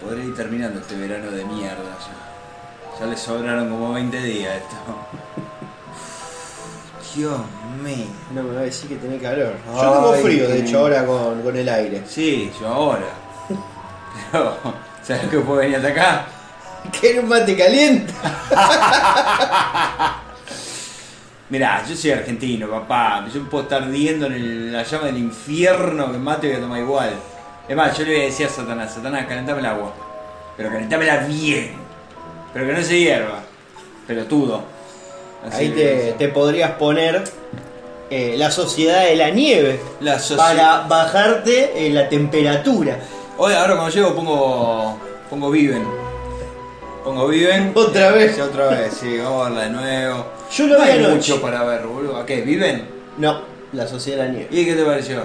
Podría ir terminando este verano de mierda ya. Ya le sobraron como 20 días a esto. Dios mío. No me va a decir que tiene calor. Yo tengo Ay, frío, qué- de hecho, ahora con, con el aire. Sí, yo ahora. Pero, ¿sabes que puedo venir hasta acá? ¿Quieres un mate caliente? Mirá, yo soy argentino, papá. Yo puedo estar ardiendo en el- la llama del infierno que mate y voy a tomar igual. Es más, yo le voy a decir a Satanás, Satanás, calentame el agua. Pero calentámela bien. Pero que no se hierva. Pelotudo. Así Ahí que- te, te podrías poner eh, la sociedad de la nieve La socie- para bajarte eh, la temperatura. Hoy ahora cuando llego pongo. pongo viven. Pongo viven. Otra vez. Sí, otra vez, sí, vamos a verla de nuevo. Yo la no vi hay anoche. mucho para ver, boludo. ¿A qué? ¿Viven? No, la sociedad de la nieve. ¿Y qué te pareció?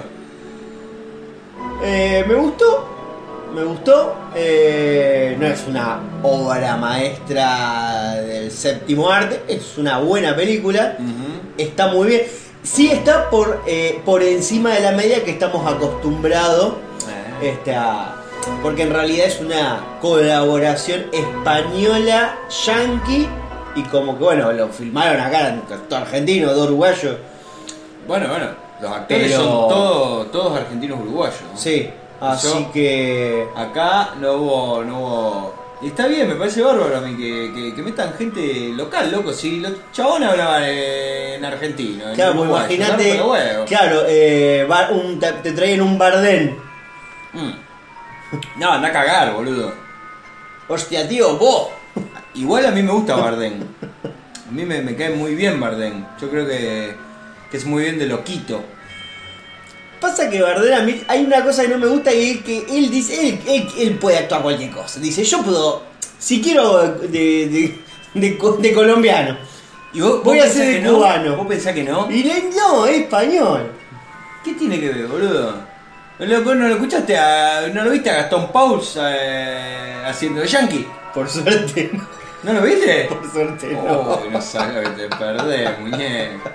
Eh, me gustó, me gustó. Eh, no es una obra maestra del séptimo arte, es una buena película. Está muy bien. Sí está por, eh, por encima de la media que estamos acostumbrados Eh, este, a- Porque en realidad es una colaboración española, yankee, y como que bueno, lo filmaron acá, en todo argentino, todo uruguayo. Bueno, bueno. Los actores Pero- son todos, todos argentinos uruguayos. ¿no? Sí, así Yo- que. Acá no hubo, no hubo. y Está bien, me parece bárbaro a mí que, que- que metan gente local, loco. Si los chabones hablaban en argentino, en Claro, pues uruguayo, imagínate. rompe los huevos. Claro, eh, bar- un- te, te traen un bardén. Mm. No, anda a cagar, boludo. Hostia, tío, vos. Igual a mí me gusta Bardem. A mí me, me cae muy bien Bardem. Yo creo que, que es muy bien de loquito. Pasa que Bardén a mí hay una cosa que no me gusta y es que él dice, él, él- él puede actuar cualquier cosa. Dice, yo puedo, si quiero eh, de, de- de co- de colombiano. Y vos, Voy a pensás ser que de no? cubano. ¿Vos pensás que no? Y le, no, es español. ¿Qué tiene que ver, boludo? Loco, ¿No lo escuchaste? A, ¿No lo viste a Gastón Pauls eh, haciendo de yankee? Por suerte, no, ¿No lo viste? por suerte no. Oh, no sabes lo que te perdés, muñeco.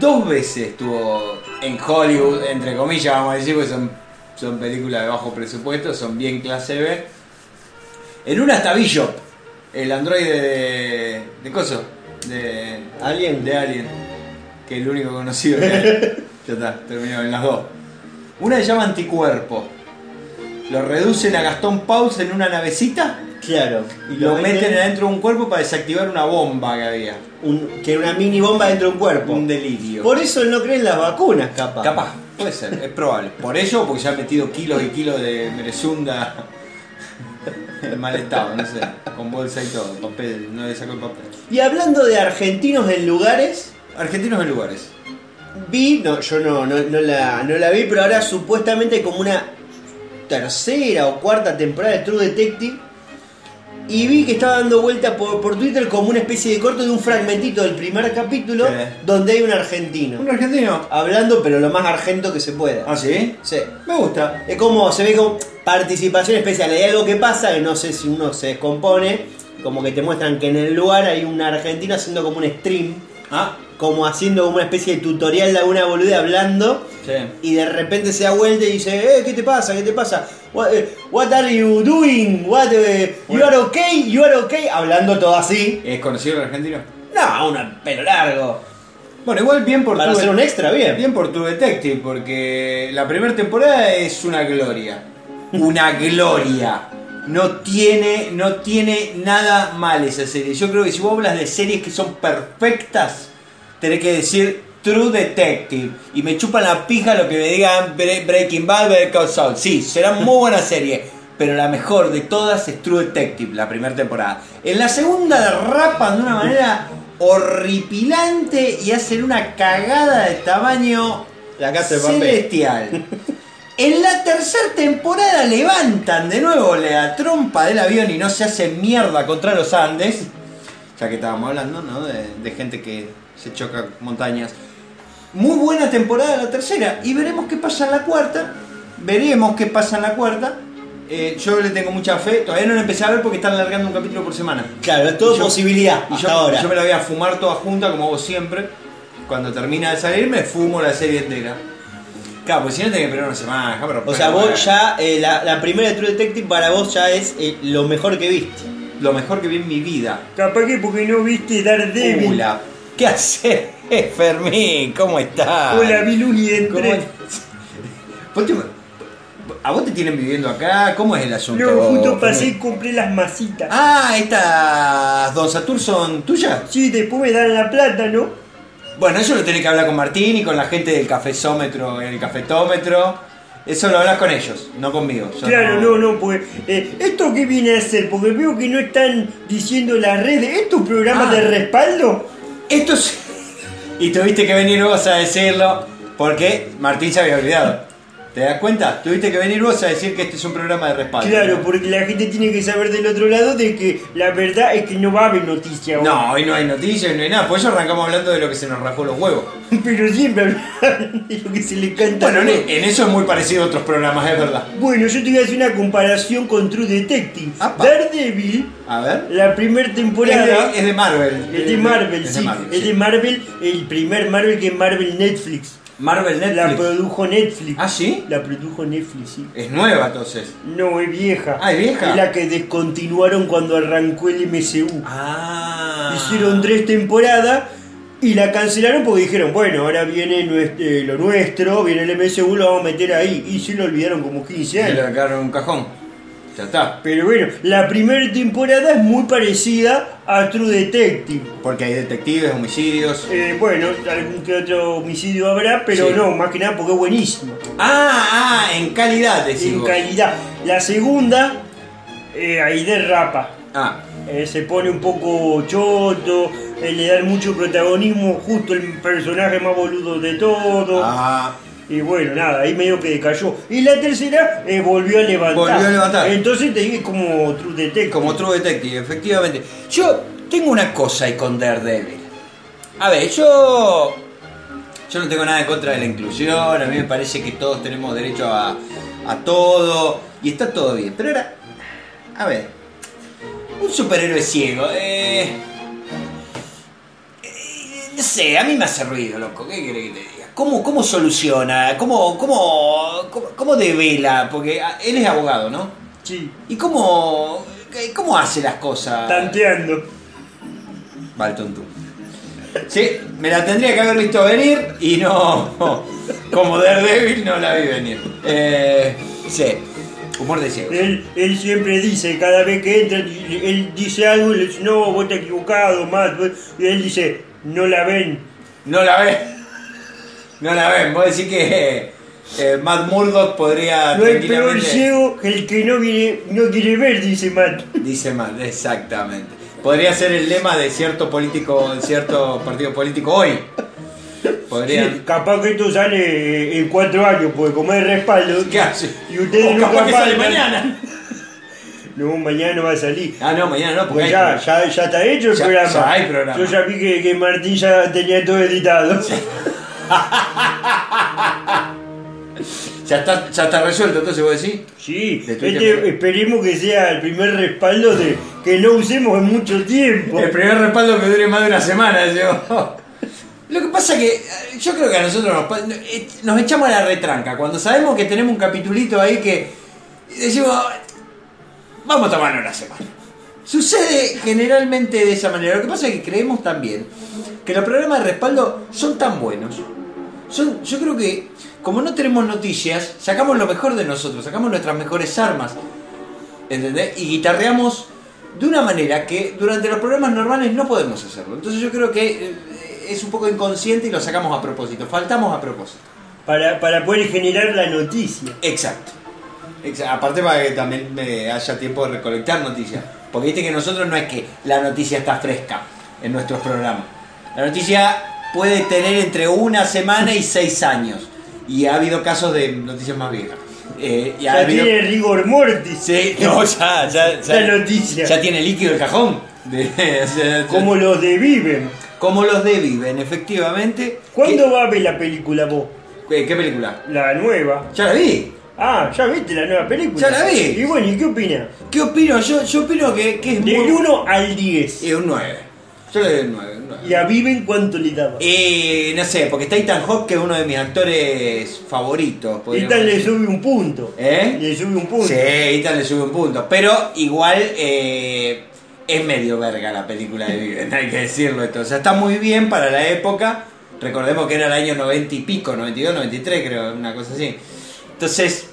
Dos veces estuvo en Hollywood, entre comillas, vamos a decir, porque son, son películas de bajo presupuesto, son bien clase B. En una está Bishop, el androide de. de Coso, de. Alien. De Alien, que es el único conocido que hay. Ya está, terminó en las dos. Una se llama Anticuerpo. Lo reducen a Gastón Paus en una navecita Claro. y lo meten adentro de un cuerpo para desactivar una bomba que había. un- que era una mini bomba dentro de un cuerpo. Un delirio. Por eso él no cree en las vacunas, capaz. Capaz, puede ser, es probable. Por ello, porque ya han metido kilos y kilos de merezunda en mal estado, no sé, con bolsa y todo, papel, no le sacó el papel. Y hablando de argentinos en lugares, Argentinos en lugares. Vi, no, yo no, no, no la, no la vi, pero ahora supuestamente como una tercera o cuarta temporada de True Detective. Y vi que estaba dando vuelta por, por Twitter como una especie de corto de un fragmentito del primer capítulo Sí. donde hay un argentino. ¿Un argentino? Hablando, pero lo más argento que se pueda. Ah, sí. Sí. Me gusta. Es como, se ve como participación especial. Hay algo que pasa, que no sé si uno se descompone, como que te muestran que en el lugar hay un argentino haciendo como un stream Ah, como haciendo como una especie de tutorial de alguna boluda hablando. sí. Y de repente se da vuelta y dice, eh, ¿qué te pasa? ¿Qué te pasa? What, eh, what are you doing? What, eh, you are okay, you are okay. Hablando todo así. ¿Es conocido el argentino? No, un pelo largo. Bueno, igual bien por Para tu hacer un extra, bien. Bien por tu detective, porque la primera temporada es una gloria. Una gloria. No tiene, no tiene nada mal esa serie. Yo creo que si vos hablas de series que son perfectas, tenés que decir True Detective. Y me chupan la pija lo que me digan Bre- Breaking Bad, Better Call Saul. Sí, será muy buena serie. Pero la mejor de todas es True Detective, la primera temporada. En la segunda derrapan de una manera horripilante y hacen una cagada de tamaño La casa de papel. celestial. En la tercera temporada levantan de nuevo la trompa del avión y no se hace mierda contra los Andes. Ya que estábamos hablando, ¿no? De, de gente que se choca montañas. Muy buena temporada la tercera. Y veremos qué pasa en la cuarta. Veremos qué pasa en la cuarta. Eh, yo le tengo mucha fe. Todavía no la empecé a ver porque están alargando un capítulo por semana. Claro, es todo Y yo- posibilidad Y hasta yo, ahora. yo me la voy a fumar toda junta, como hago siempre. Cuando termina de salir, me fumo la serie entera. Claro, pues si no tenés que esperar una semana. Pero, O sea, vos ya, eh, la, la primera de True Detective para vos ya es eh, lo mejor que viste. Lo mejor que vi en mi vida. Capaz que porque no viste Daredevil. Uh, Hola. ¿Qué haces, Fermín? ¿Cómo estás? Hola, vi Luni de ¿Cómo entré. estás? Vos te- ¿A vos te tienen viviendo acá? ¿Cómo es el asunto? No, justo Fermín? pasé y compré las masitas. Ah, estas Don Satur son tuyas. Sí, después me dan la plata, ¿no? Bueno, eso lo tenés que hablar con Martín y con la gente del cafesómetro, el cafetómetro. Eso lo hablas con ellos, no conmigo. Yo Claro, no, no, pues. eh, ¿Esto qué viene a hacer? Porque veo que no están diciendo las redes. ¿Estos programas Ah. de respaldo? Esto es... Y tuviste que venir vos a decirlo porque Martín se había olvidado. ¿Te das cuenta? Tuviste que venir vos a decir que este es un programa de respaldo. Claro, porque la gente tiene que saber del otro lado de que la verdad es que no va a haber noticia. hoy. No, hoy no hay noticias, hoy no hay nada. Por eso arrancamos hablando de lo que se nos rajó los huevos. Pero siempre hablan de lo que se le canta. Bueno, al en, otro. en eso es muy parecido a otros programas, es verdad. Bueno, yo te voy a hacer una comparación con True Detective. Apa. Daredevil, A ver. la primera Es temporada. de, es de Marvel. Es de Marvel, Es sí. de Marvel, Es sí. de Marvel, el primer Marvel que es Marvel Netflix. Marvel La Netflix. produjo Netflix. ¿Ah, sí? La produjo Netflix, sí. Es nueva entonces. No, es vieja. Ah, ¿es vieja? Es la que descontinuaron cuando arrancó el MCU. Ah. Hicieron tres temporadas y la cancelaron porque dijeron, bueno, ahora viene nues- eh, lo nuestro, viene el MCU, lo vamos a meter ahí. Y sí lo olvidaron como 15 Y le años. agarraron un cajón. Ya está. Pero bueno, la primera temporada es muy parecida a True Detective. Porque hay detectives, homicidios. Eh, bueno, algún que otro homicidio habrá, pero Sí. no, más que nada porque es buenísimo. Ah, ah, en calidad decís en vos. calidad. La segunda, eh, ahí derrapa. Ah, Eh, se pone un poco choto, eh, le dan mucho protagonismo, justo el personaje más boludo de todo. ah. Y bueno, nada, ahí medio que decayó. Y la tercera eh, volvió a levantar. Volvió a levantar. Entonces te dije como True Detective. Como True Detective, efectivamente. Yo tengo una cosa ahí con Daredevil. A ver, yo. Yo no tengo nada en contra de la inclusión. A mí me parece que todos tenemos derecho a, a todo. Y está todo bien. Pero ahora. A ver. Un superhéroe ciego. Eh. Eh, No sé, a mí me hace ruido, loco. ¿Qué querés que te diga? ¿Cómo, cómo soluciona? ¿Cómo, cómo, cómo, cómo devela? Porque ah, él es abogado, ¿no? Sí, ¿Y cómo, qué- cómo hace las cosas? tanteando. Balton tú. Sí, me la tendría que haber visto venir y no. Como Daredevil no la vi venir. Eh, sí, humor de ciego. Él, él siempre dice, cada vez que entra, él dice algo y le dice, no, vos te has equivocado, más. Y él dice, no la ven. No la ven. No la ven. Vos decís que eh, Matt Murdock podría No hay peor Ah, tranquilamente. ciego que el que no quiere, no quiere ver, dice Matt. Dice Matt, exactamente. Podría ser el lema de cierto político, de cierto partido político hoy. Sí, Podrían. capaz que esto sale eh, en cuatro años, porque como es respaldo. ¿Qué hace? Y ustedes O nunca capaz que sale faltan. mañana. No, mañana no va a salir. Ah, no, mañana no, porque Porque hay Pues ya, programa. ya, ya está hecho el Ya- programa. ya hay programa. Yo ya vi que, que Martín ya tenía todo editado. Ya está, ya está resuelto, entonces vos decís. Sí, De este Twitter, pero- esperemos que sea el primer respaldo de que no usemos en mucho tiempo. El primer respaldo que dure más de una semana, yo. Lo que pasa que eh, yo creo que a nosotros nos, pa- eh, nos echamos a la retranca. Cuando sabemos que tenemos un capitulito ahí que decimos, vamos a tomarnos una semana. Sucede generalmente de esa manera. Lo que pasa es que creemos también que los programas de respaldo son tan buenos. Son, yo creo que como no tenemos noticias, sacamos lo mejor de nosotros, sacamos nuestras mejores armas. ¿Entendés? Y guitarreamos de una manera que durante los programas normales no podemos hacerlo. Entonces yo creo que eh, es un poco inconsciente y lo sacamos a propósito. Faltamos a propósito. Para, para poder generar la noticia. Exacto. Exa- Aparte para que también me haya tiempo de recolectar noticias. Porque viste que nosotros no es que la noticia está fresca en nuestros programas. La noticia puede tener entre una semana y seis años. Y ha habido casos de noticias más viejas. Eh, y ha Ya habido- tiene rigor mortis Sí, no, ya, ya, ya- la noticia. ya tiene líquido el cajón. De- o sea, como los de Viven. como los de Viven, efectivamente. ¿Cuándo va a ver la película vos? ¿Qué, eh, qué película? La nueva. Ya la vi. Ah, ya viste la nueva película. Ya la vi. Y bueno, ¿y qué opina? ¿Qué opino? Yo, yo opino que, que es Del muy... 1 al 10. Y un 9. Yo le doy un 9. un 9. ¿Y a Viven cuánto le daba? Eh, no sé, porque está Ethan Hawke, que es uno de mis actores favoritos. Y podríamos tal le decir. sube un punto. ¿Eh? Le sube un punto. Sí, Ethan le sube un punto. Pero igual eh, es medio verga la película de Viven, hay que decirlo esto. O sea, está muy bien para la época. Recordemos que era el año 90 y pico, 92, 93 creo, una cosa así. Entonces,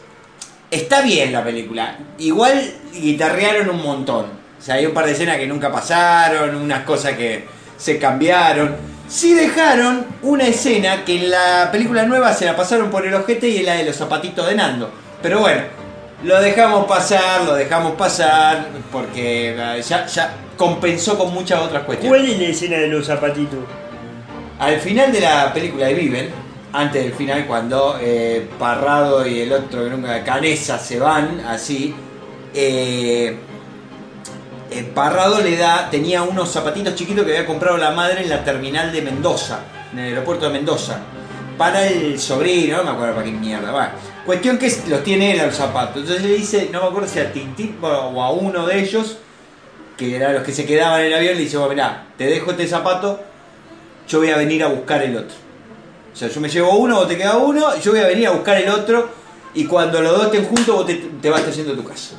está bien la película. Igual guitarrearon un montón. O sea, hay un par de escenas que nunca pasaron, unas cosas que se cambiaron. Sí dejaron una escena que en la película nueva se la pasaron por el ojete y es la de los zapatitos de Nando. Pero bueno, lo dejamos pasar, lo dejamos pasar, porque eh, ya, ya compensó con muchas otras cuestiones. ¿Cuál es la escena de los zapatitos? Al final de la película de Viven, antes del final, cuando eh, Parrado y el otro que nunca, Canesa, se van así, eh, eh, Parrado le da, tenía unos zapatitos chiquitos que había comprado la madre en la terminal de Mendoza, en el aeropuerto de Mendoza, para el sobrino, no me acuerdo para qué mierda, va. Cuestión que es- los tiene él a los zapatos. Entonces le dice, no me acuerdo si a Tintín o o a uno de ellos, que eran los que se quedaban en el avión, le dice, bueno, mirá, te dejo este zapato, yo voy a venir a buscar el otro. O sea, yo me llevo uno, vos te queda uno, yo voy a venir a buscar el otro, y cuando los dos estén juntos, vos te, te vas haciendo tu casa.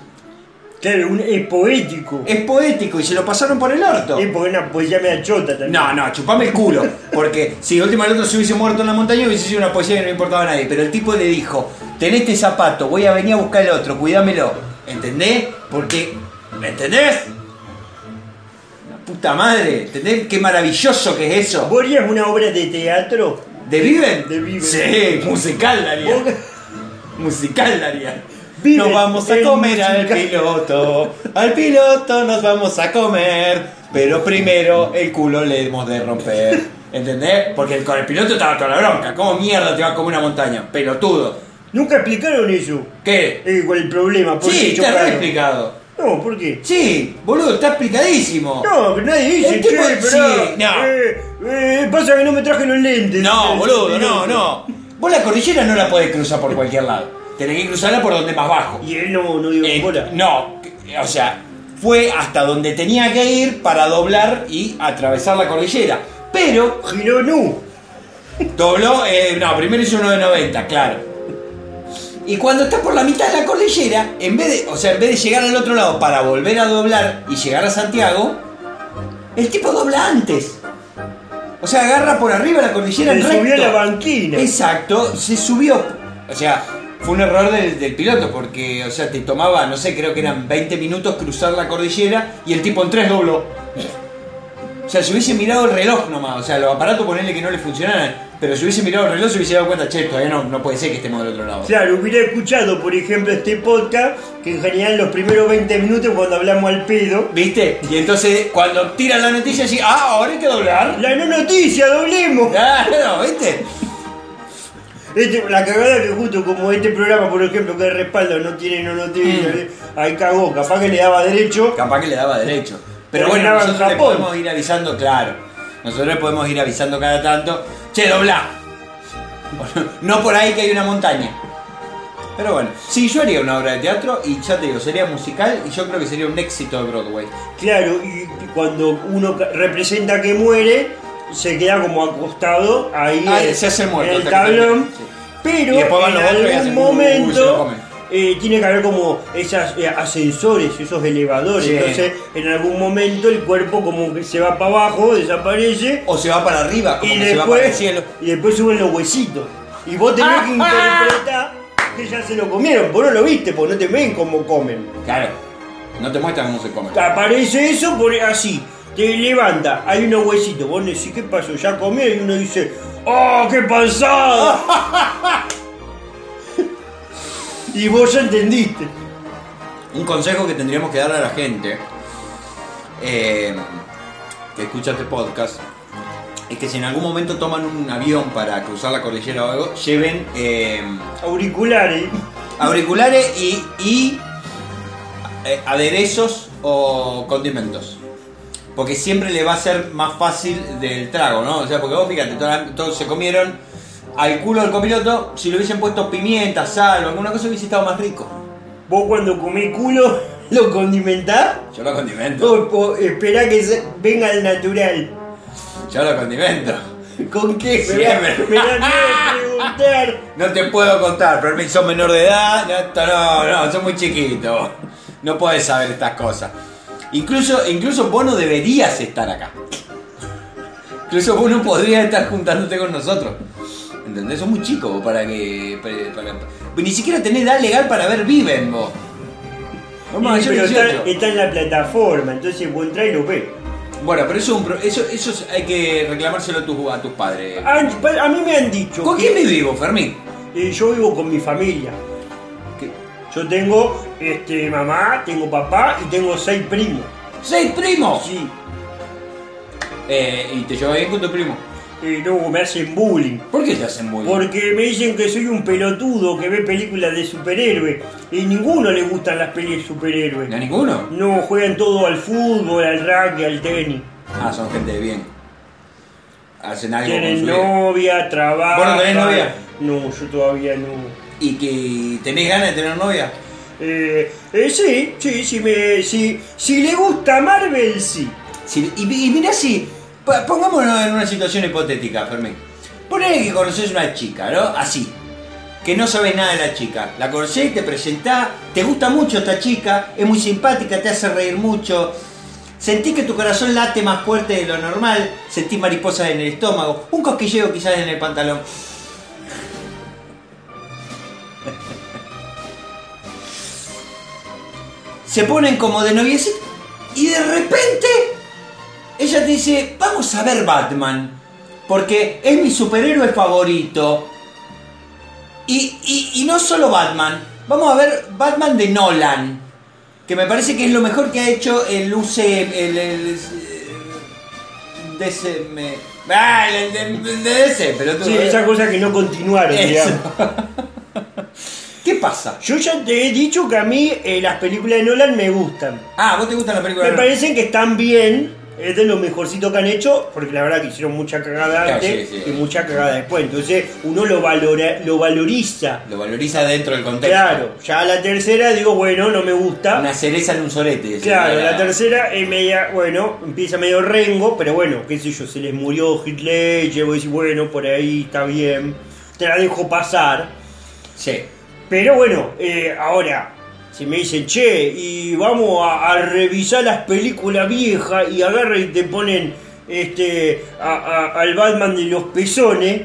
Claro, un- es poético. Es poético y se lo pasaron por el orto. Es porque una poesía me achota también. No, no, chupame el culo. Porque si de última el otro se hubiese muerto en la montaña, hubiese sido una poesía que no le importaba a nadie. Pero el tipo le dijo: Tenés este zapato, voy a venir a buscar el otro, cuídamelo. ¿Entendés? Porque. ¿Me entendés? La puta madre, ¿entendés? Qué maravilloso que es eso. ¿Vos harías una obra de teatro? ¿De Viven? De Viven. Sí, musical daría. Vos- Musical daría. Viven nos vamos a el comer al musical. piloto. Al piloto nos vamos a comer. Pero primero el culo le hemos de romper. ¿Entendés? Porque el- con el piloto estaba toda la bronca. ¿Cómo mierda te va a comer una montaña? Pelotudo. Nunca explicaron eso. ¿Qué? Eh, ¿Cuál es el problema? ¿Por qué Sí, está chocaron? re explicado. No, ¿por qué? Sí, boludo, está explicadísimo. No, pero nadie dice, El tipo- che, pero. sí, no. eh, eh, pasa que no me traje los lentes. No, Eh, boludo, no, eh, no. Vos la cordillera no la podés cruzar por cualquier lado. Tenés que cruzarla por donde más bajo. Y él no, no dio Eh, bola. no, o sea, fue hasta donde tenía que ir para doblar y atravesar la cordillera. Pero Giró nu. dobló, eh, no, primero hizo uno de 90, claro. Y cuando estás por la mitad de la cordillera, en vez de, o sea, en vez de llegar al otro lado para volver a doblar y llegar a Santiago, el tipo dobla antes. O sea, agarra por arriba la cordillera Le en subió a recto. la banquina. Exacto, se subió. O sea, fue un error del, del piloto porque, o sea, te tomaba, no sé, creo que eran 20 minutos cruzar la cordillera y el tipo en tres dobló. O sea, si hubiese mirado el reloj nomás, o sea, los aparatos ponerle que no le funcionaran, pero si hubiese mirado el reloj se hubiese dado cuenta, che, todavía no, no puede ser que estemos del otro lado. Claro, hubiera escuchado, por ejemplo, este podcast, que en general los primeros 20 minutos cuando hablamos al pedo. ¿Viste? Y entonces cuando tiran la noticia, así, ah, ahora hay que doblar. La no noticia, doblemos. Claro, ¿viste? Este- la cagada que justo como este programa, por ejemplo, que de respaldo no tiene no noticia, Mm. eh, ahí cagó, capaz que le daba derecho. Capaz que le daba derecho. Pero Pero bueno, ganaba en nosotros le Japón. podemos ir avisando, claro. Nosotros le podemos ir avisando cada tanto. Che, dobla. No por ahí que hay una montaña. Pero bueno, sí, yo haría una obra de teatro y ya te digo, sería musical y yo creo que sería un éxito de Broadway. Claro, y cuando uno ca- representa que muere, se queda como acostado ahí Ah, en, se hace el muerto, en el exactamente, tablón. sí. Pero Y después van en los otros y hacen algún bu- bu- bu- y se lo momento comen. eh, tiene que haber como esas eh, ascensores, esos elevadores. Sí. Entonces, en algún momento el cuerpo como que se va para abajo, desaparece O se va para arriba, como y que se va para el después, cielo. y después suben los huesitos. Y vos tenés que interpretar que ya se lo comieron, vos no lo viste, porque no te ven cómo comen. Claro, no te muestran cómo se come. Aparece eso, pone así. Te levanta, hay unos huesitos. Vos decís, ¿qué pasó? Ya comió y uno dice, ¡Oh, qué pasada! y vos ya entendiste. Un consejo que tendríamos que darle a la gente eh, que escucha este podcast es que si en algún momento toman un avión para cruzar la cordillera o algo, lleven eh, Auriculares. auriculares y, y, eh, aderezos o condimentos. Porque siempre le va a ser más fácil del trago, ¿no? O sea, porque vos fíjate, toda- todos se comieron al culo del copiloto, si le hubiesen puesto pimienta, sal o alguna cosa hubiese estado más rico. Vos cuando comés culo, lo condimentás Yo lo o, condimento. o esperá que se- venga al natural. Yo lo condimento. ¿Con qué? Me la- Siempre. me la quiero preguntar. No te puedo contar, permiso menor de edad. No, esto no, no, sos muy chiquito. No podés saber estas cosas. Incluso, incluso vos no deberías estar acá. Incluso vos no podrías estar juntándote con nosotros. ¿Entendés? Sos muy chico vos para que. para- para- ni siquiera tenés edad legal para ver Viven vos. Vos Y, mayor de pero está, eh, 18. está en la plataforma, entonces vos entrás y lo ves. Bueno, pero eso, es un pro- eso, eso es- hay que reclamárselo a, tus- a tus padres. Ah, A, mí me han dicho. ¿Con que- quién vivís vos, Fermín? Eh, yo vivo con mi familia. ¿Qué? Yo tengo este, mamá, tengo papá y tengo seis primos. ¡Seis primos! Sí. Eh, y te llevas bien con tu primo. Eh, luego me hacen bullying. ¿Por qué te hacen muy Porque me dicen que soy un pelotudo que ve películas de superhéroes. Y ninguno le gustan las pelis de superhéroes. ¿No ninguno? No, juegan todo al fútbol, al rugby, al tenis. Ah, son gente de bien. Hacen algo con Tienen su vida. novia, trabajo. ¿Vos no tenés novia? No, yo todavía no. ¿Y que tenés ganas de tener novia? Eh, eh, sí, sí, sí, me, sí. Si le gusta Marvel, sí. Si- y, y mirá si... pa- Pongámonos en una situación hipotética, Fermín. Ponele que conoces una chica, ¿no? Así. Que no sabes nada de la chica. La conocés, te presentás, te gusta mucho esta chica, es muy simpática, te hace reír mucho. Sentís que tu corazón late más fuerte de lo normal, sentís mariposas en el estómago, un cosquilleo quizás en el pantalón. se ponen como de noviecito y de repente ella te dice, vamos a ver Batman, porque es mi superhéroe favorito. Y, y- y no solo Batman, vamos a ver Batman de Nolan, que me parece que es lo mejor que ha hecho el UC... El, el- DCM... Ah, el de, de DC, pero tú... Sí, esa cosa que no continuaron, ¿eh? Eso. digamos. ¿Qué pasa? Yo ya te he dicho que a mí eh, las películas de Nolan me gustan. Ah, ¿vos te gustan las películas? Me de Nolan? parecen que están bien, Este es de lo mejorcito que han hecho, porque la verdad que hicieron mucha cagada Claro, antes sí, sí. y mucha cagada después. Entonces uno lo, valora, lo valoriza. Lo valoriza dentro del contexto. Claro, ya la tercera digo, bueno, no me gusta. Una cereza en un sorete. Claro, sería la tercera es media, bueno, empieza medio rengo, pero bueno, qué sé yo, se les murió Hitler, y vos decís, bueno, por ahí está bien, te la dejo pasar. Sí. Pero bueno, eh, ahora, si me dicen, che, y vamos a, a revisar las películas viejas y agarra y te ponen este a- a- al Batman de los pezones,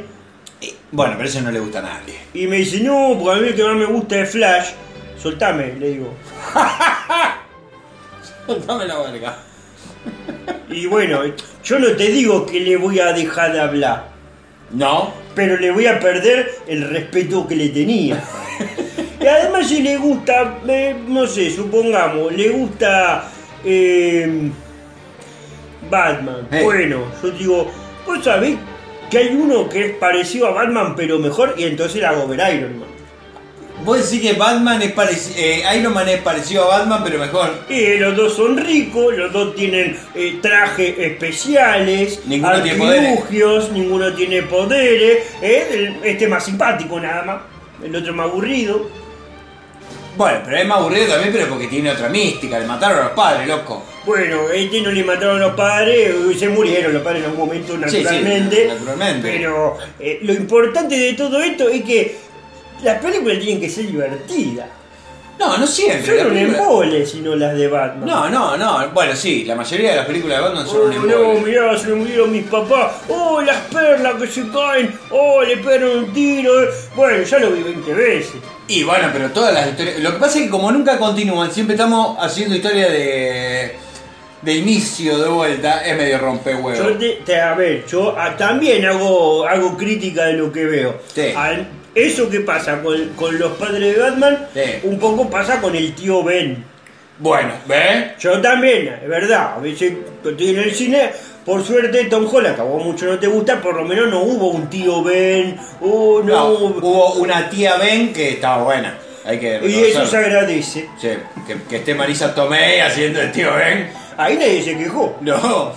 Y, Bueno, pero eso no le gusta a nadie. y me dicen, no, porque a mí el que más me gusta es Flash, soltame, le digo. Dame la verga. Y bueno, yo no te digo que le voy a dejar de hablar. No. pero le voy a perder el respeto que le tenía. Y además si le gusta, eh, no sé, supongamos, le gusta eh, Batman. Eh. Bueno, yo digo, vos sabés que hay uno que es parecido a Batman pero mejor y entonces la hago ver Iron Man. Vos decís que Batman es parecido. Iron Man es parecido a Batman, pero mejor. Eh, los dos son ricos, los dos tienen eh, trajes especiales, Ninguno tiene artilugios, ninguno tiene poderes. eh, el- este es más simpático nada más, el otro es más aburrido. Bueno, pero es más aburrido también, pero porque tiene otra mística. Le mataron a los padres, loco. Bueno, este no le mataron los padres, eh, se murieron los padres en algún momento Sí, sí, naturalmente. naturalmente. Pero eh, lo importante de todo esto es que las películas tienen que ser divertidas. No, no siempre. la Son un película- embole, sino las de Batman. No, no, no. Bueno, sí, la mayoría de las películas de Batman son Oh, un no, embole. mirá, se me murieron mis papás. Oh, las perlas que se caen. Oh, le pegaron un tiro. eh. Bueno, ya lo vi 20 veces. Y bueno, pero todas las historias. Lo que pasa es que como nunca continúan, siempre estamos haciendo historia de. de inicio, de vuelta, es medio Yo rompehuevo. te, te- a ver, yo ah, también hago, hago crítica de lo que veo. Sí. Al- eso que pasa con, con los padres de Batman, Sí. un poco pasa con el tío Ben. Bueno, ¿ves? Yo también, es verdad. A veces estoy en el cine, por suerte Tom Holland, que a vos mucho no te gusta, por lo menos no hubo un tío Ben. Oh, No, no. hubo una tía Ben que estaba buena. Hay que y eso se reconocerlo. agradece. Sí, que, que esté Marisa Tomei haciendo el tío Ben. Ahí nadie se quejó. No,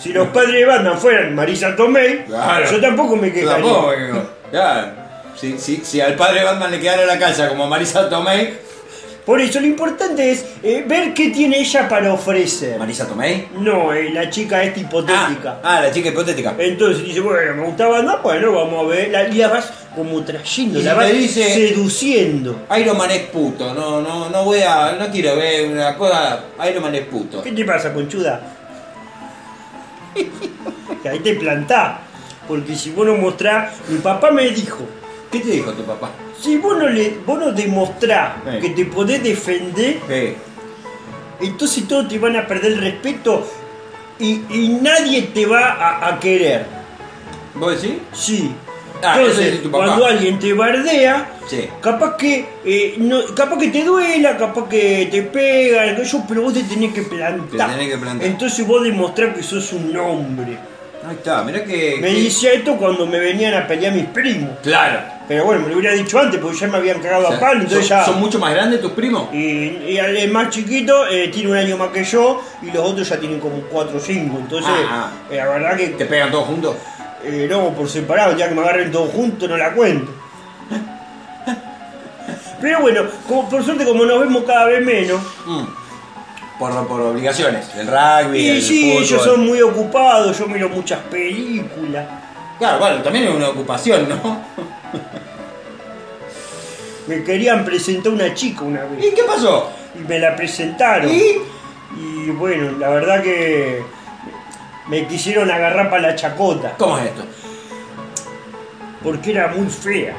Si los padres de Batman fueran Marisa Tomei, Claro. yo tampoco me yo quejaría. tampoco me quejo. Claro. Si, si- si al padre Batman le quedara la casa como a Marisa Tomei, Por eso lo importante es eh, ver qué tiene ella para ofrecer. Marisa Tomei. No, eh, la chica es hipotética. Ah, ah, la chica hipotética. Entonces dice, bueno, me gustaba, no, bueno, vamos a ver. La, y la vas como trayendo, Y la le vas dice- seduciendo. Iron Man es puto, no, no, no voy a, no quiero ver una cosa, Iron Man es puto. ¿Qué te pasa, conchuda? Que ahí te plantás. Porque si vos no mostrás, mi papá me dijo, ¿Qué te dijo tu papá? si vos no, le, vos no demostrás Sí. que te podés defender, Sí. entonces todos te van a perder el respeto y, y nadie te va a- a querer. ¿Vos decís? Sí. Ah, ese Entonces, es tu papá. cuando alguien te bardea, Sí. capaz que eh, no, capaz que te duela, capaz que te pega, algo eso, pero vos te tenés que plantar. Te tenés que plantar. Entonces vos demostrás que sos un hombre. Ahí está, mirá que. Me que- decía esto cuando me venían a pelear mis primos. Claro. Pero bueno, me lo hubiera dicho antes porque ya me habían cagado O sea, a palo, entonces ¿son, ya. son mucho más grandes tus primos? Y, y al más chiquito eh, tiene un año más que yo y los otros ya tienen como 4 o 5. Entonces, Ah, eh, la verdad que ¿Te pegan todos juntos? Eh, no, por separado, ya que me agarren todos juntos no la cuento. Pero bueno, como- por suerte como nos vemos cada vez menos, Mm. Por, por obligaciones. El rugby, y el sí, fútbol. ellos son muy ocupados, yo miro muchas películas. Claro, bueno, también es una ocupación, ¿no? Me querían presentar una chica una vez, ¿Y qué pasó? y me la presentaron. ¿Y? Y bueno, la verdad que me quisieron agarrar para la chacota, ¿Cómo es esto? porque era muy fea.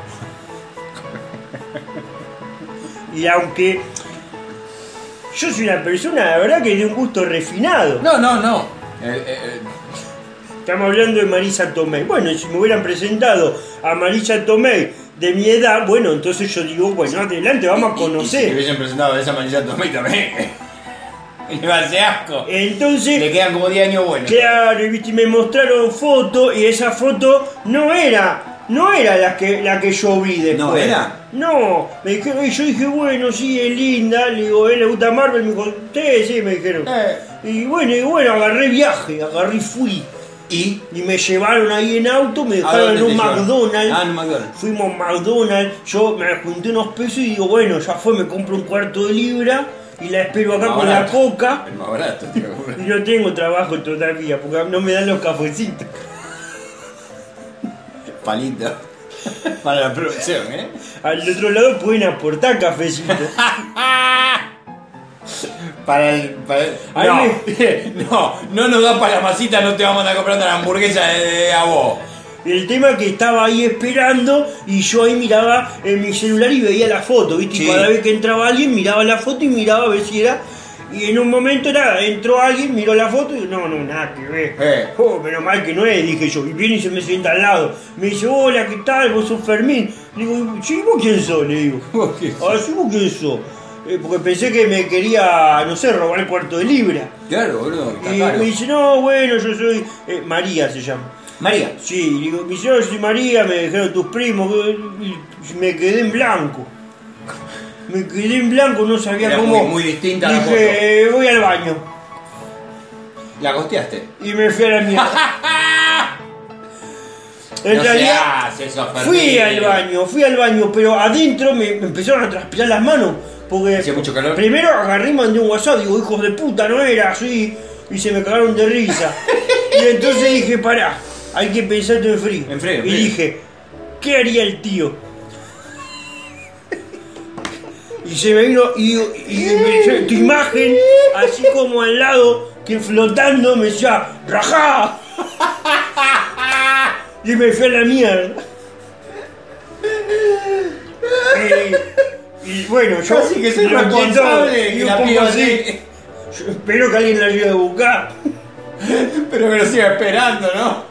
Y aunque yo soy una persona, la verdad que de un gusto refinado. No, no, no. Eh, eh, eh, Estamos hablando de Marisa Tomei. Bueno, si me hubieran presentado a Marisa Tomei de mi edad, bueno, entonces yo digo, bueno, adelante, vamos a y- y- Y, si te conocer. hubiesen presentado de esa manera Tomé también. Le va a hacer asco. Le Entonces, quedan como 10 años buenos. claro, y viste, me mostraron fotos y esa foto no era, no era la que, la que yo vi después. ¿No era? No, me dijeron, y yo dije, bueno, sí, es linda, le digo, ¿eh, le gusta Marvel? Me dijo, sí, sí, me dijeron. Eh. Y bueno, y bueno, agarré viaje, agarré y fui. ¿Y? Y me llevaron ahí en auto, me ¿A dónde dejaron en te un llevaron? McDonald's. Ah, en un McDonald's. Fuimos a McDonald's, yo me junté unos pesos y digo, bueno, ya fue, me compro un cuarto de libra y la espero acá Más con barato. la coca. El más barato, tío. Y no tengo trabajo todavía, porque no me dan los cafecitos. Palito. Para la producción, ¿eh? Al otro lado pueden aportar cafecitos. Para el. Para el- Ahí No, no, no nos da para la masita, no te vamos a andar comprando la hamburguesa de, de- a vos. El tema que estaba ahí esperando y yo ahí miraba en mi celular y veía la foto, ¿viste? Sí. Y cada vez que entraba alguien miraba la foto y miraba a ver si era... Y en un momento nada, entró alguien, miró la foto y no, no, nada que ver. Eh. Oh, menos mal que no es, dije yo. Y viene y se me sienta al lado. Me dice, hola, ¿qué tal? ¿Vos sos Fermín? Le digo, sí, ¿vos quién sos? Le digo. ¿Vos quién sos? Ah, sí, ¿vos quién sos? Eh, porque pensé que me quería, no sé, robar el cuarto de libra. Claro, boludo, Y me dice, no, bueno, yo soy... eh, María se llama. María. Sí, y digo, mi señor y María me dijeron tus primos, y- y me quedé en blanco. Me quedé en blanco, no sabía Era cómo. muy- muy distinta la Dije, foto. "Eh, voy al baño. La costeaste. Y me fui a la mierda. en no se realidad, hace eso, Fermín. fui al baño, fui al baño, pero adentro me, me empezaron a transpirar las manos. Porque Hacía mucho calor. primero agarré y mandé un WhatsApp, digo, hijos de puta, no era así. Y se me cagaron de risa. y entonces dije, pará, hay que pensar todo en frío. En frío, en y frío. dije, ¿qué haría el tío? Y se me vino, y, y me- se- tu imagen, así como al lado, que flotando me decía, ¡rajá! Y me fui a la mierda. Eh, y bueno, yo. Así que soy lo responsable entiendo, y y un la poco piba así. así. Yo espero que alguien la ayude a buscar. Pero me lo sigo esperando, ¿no?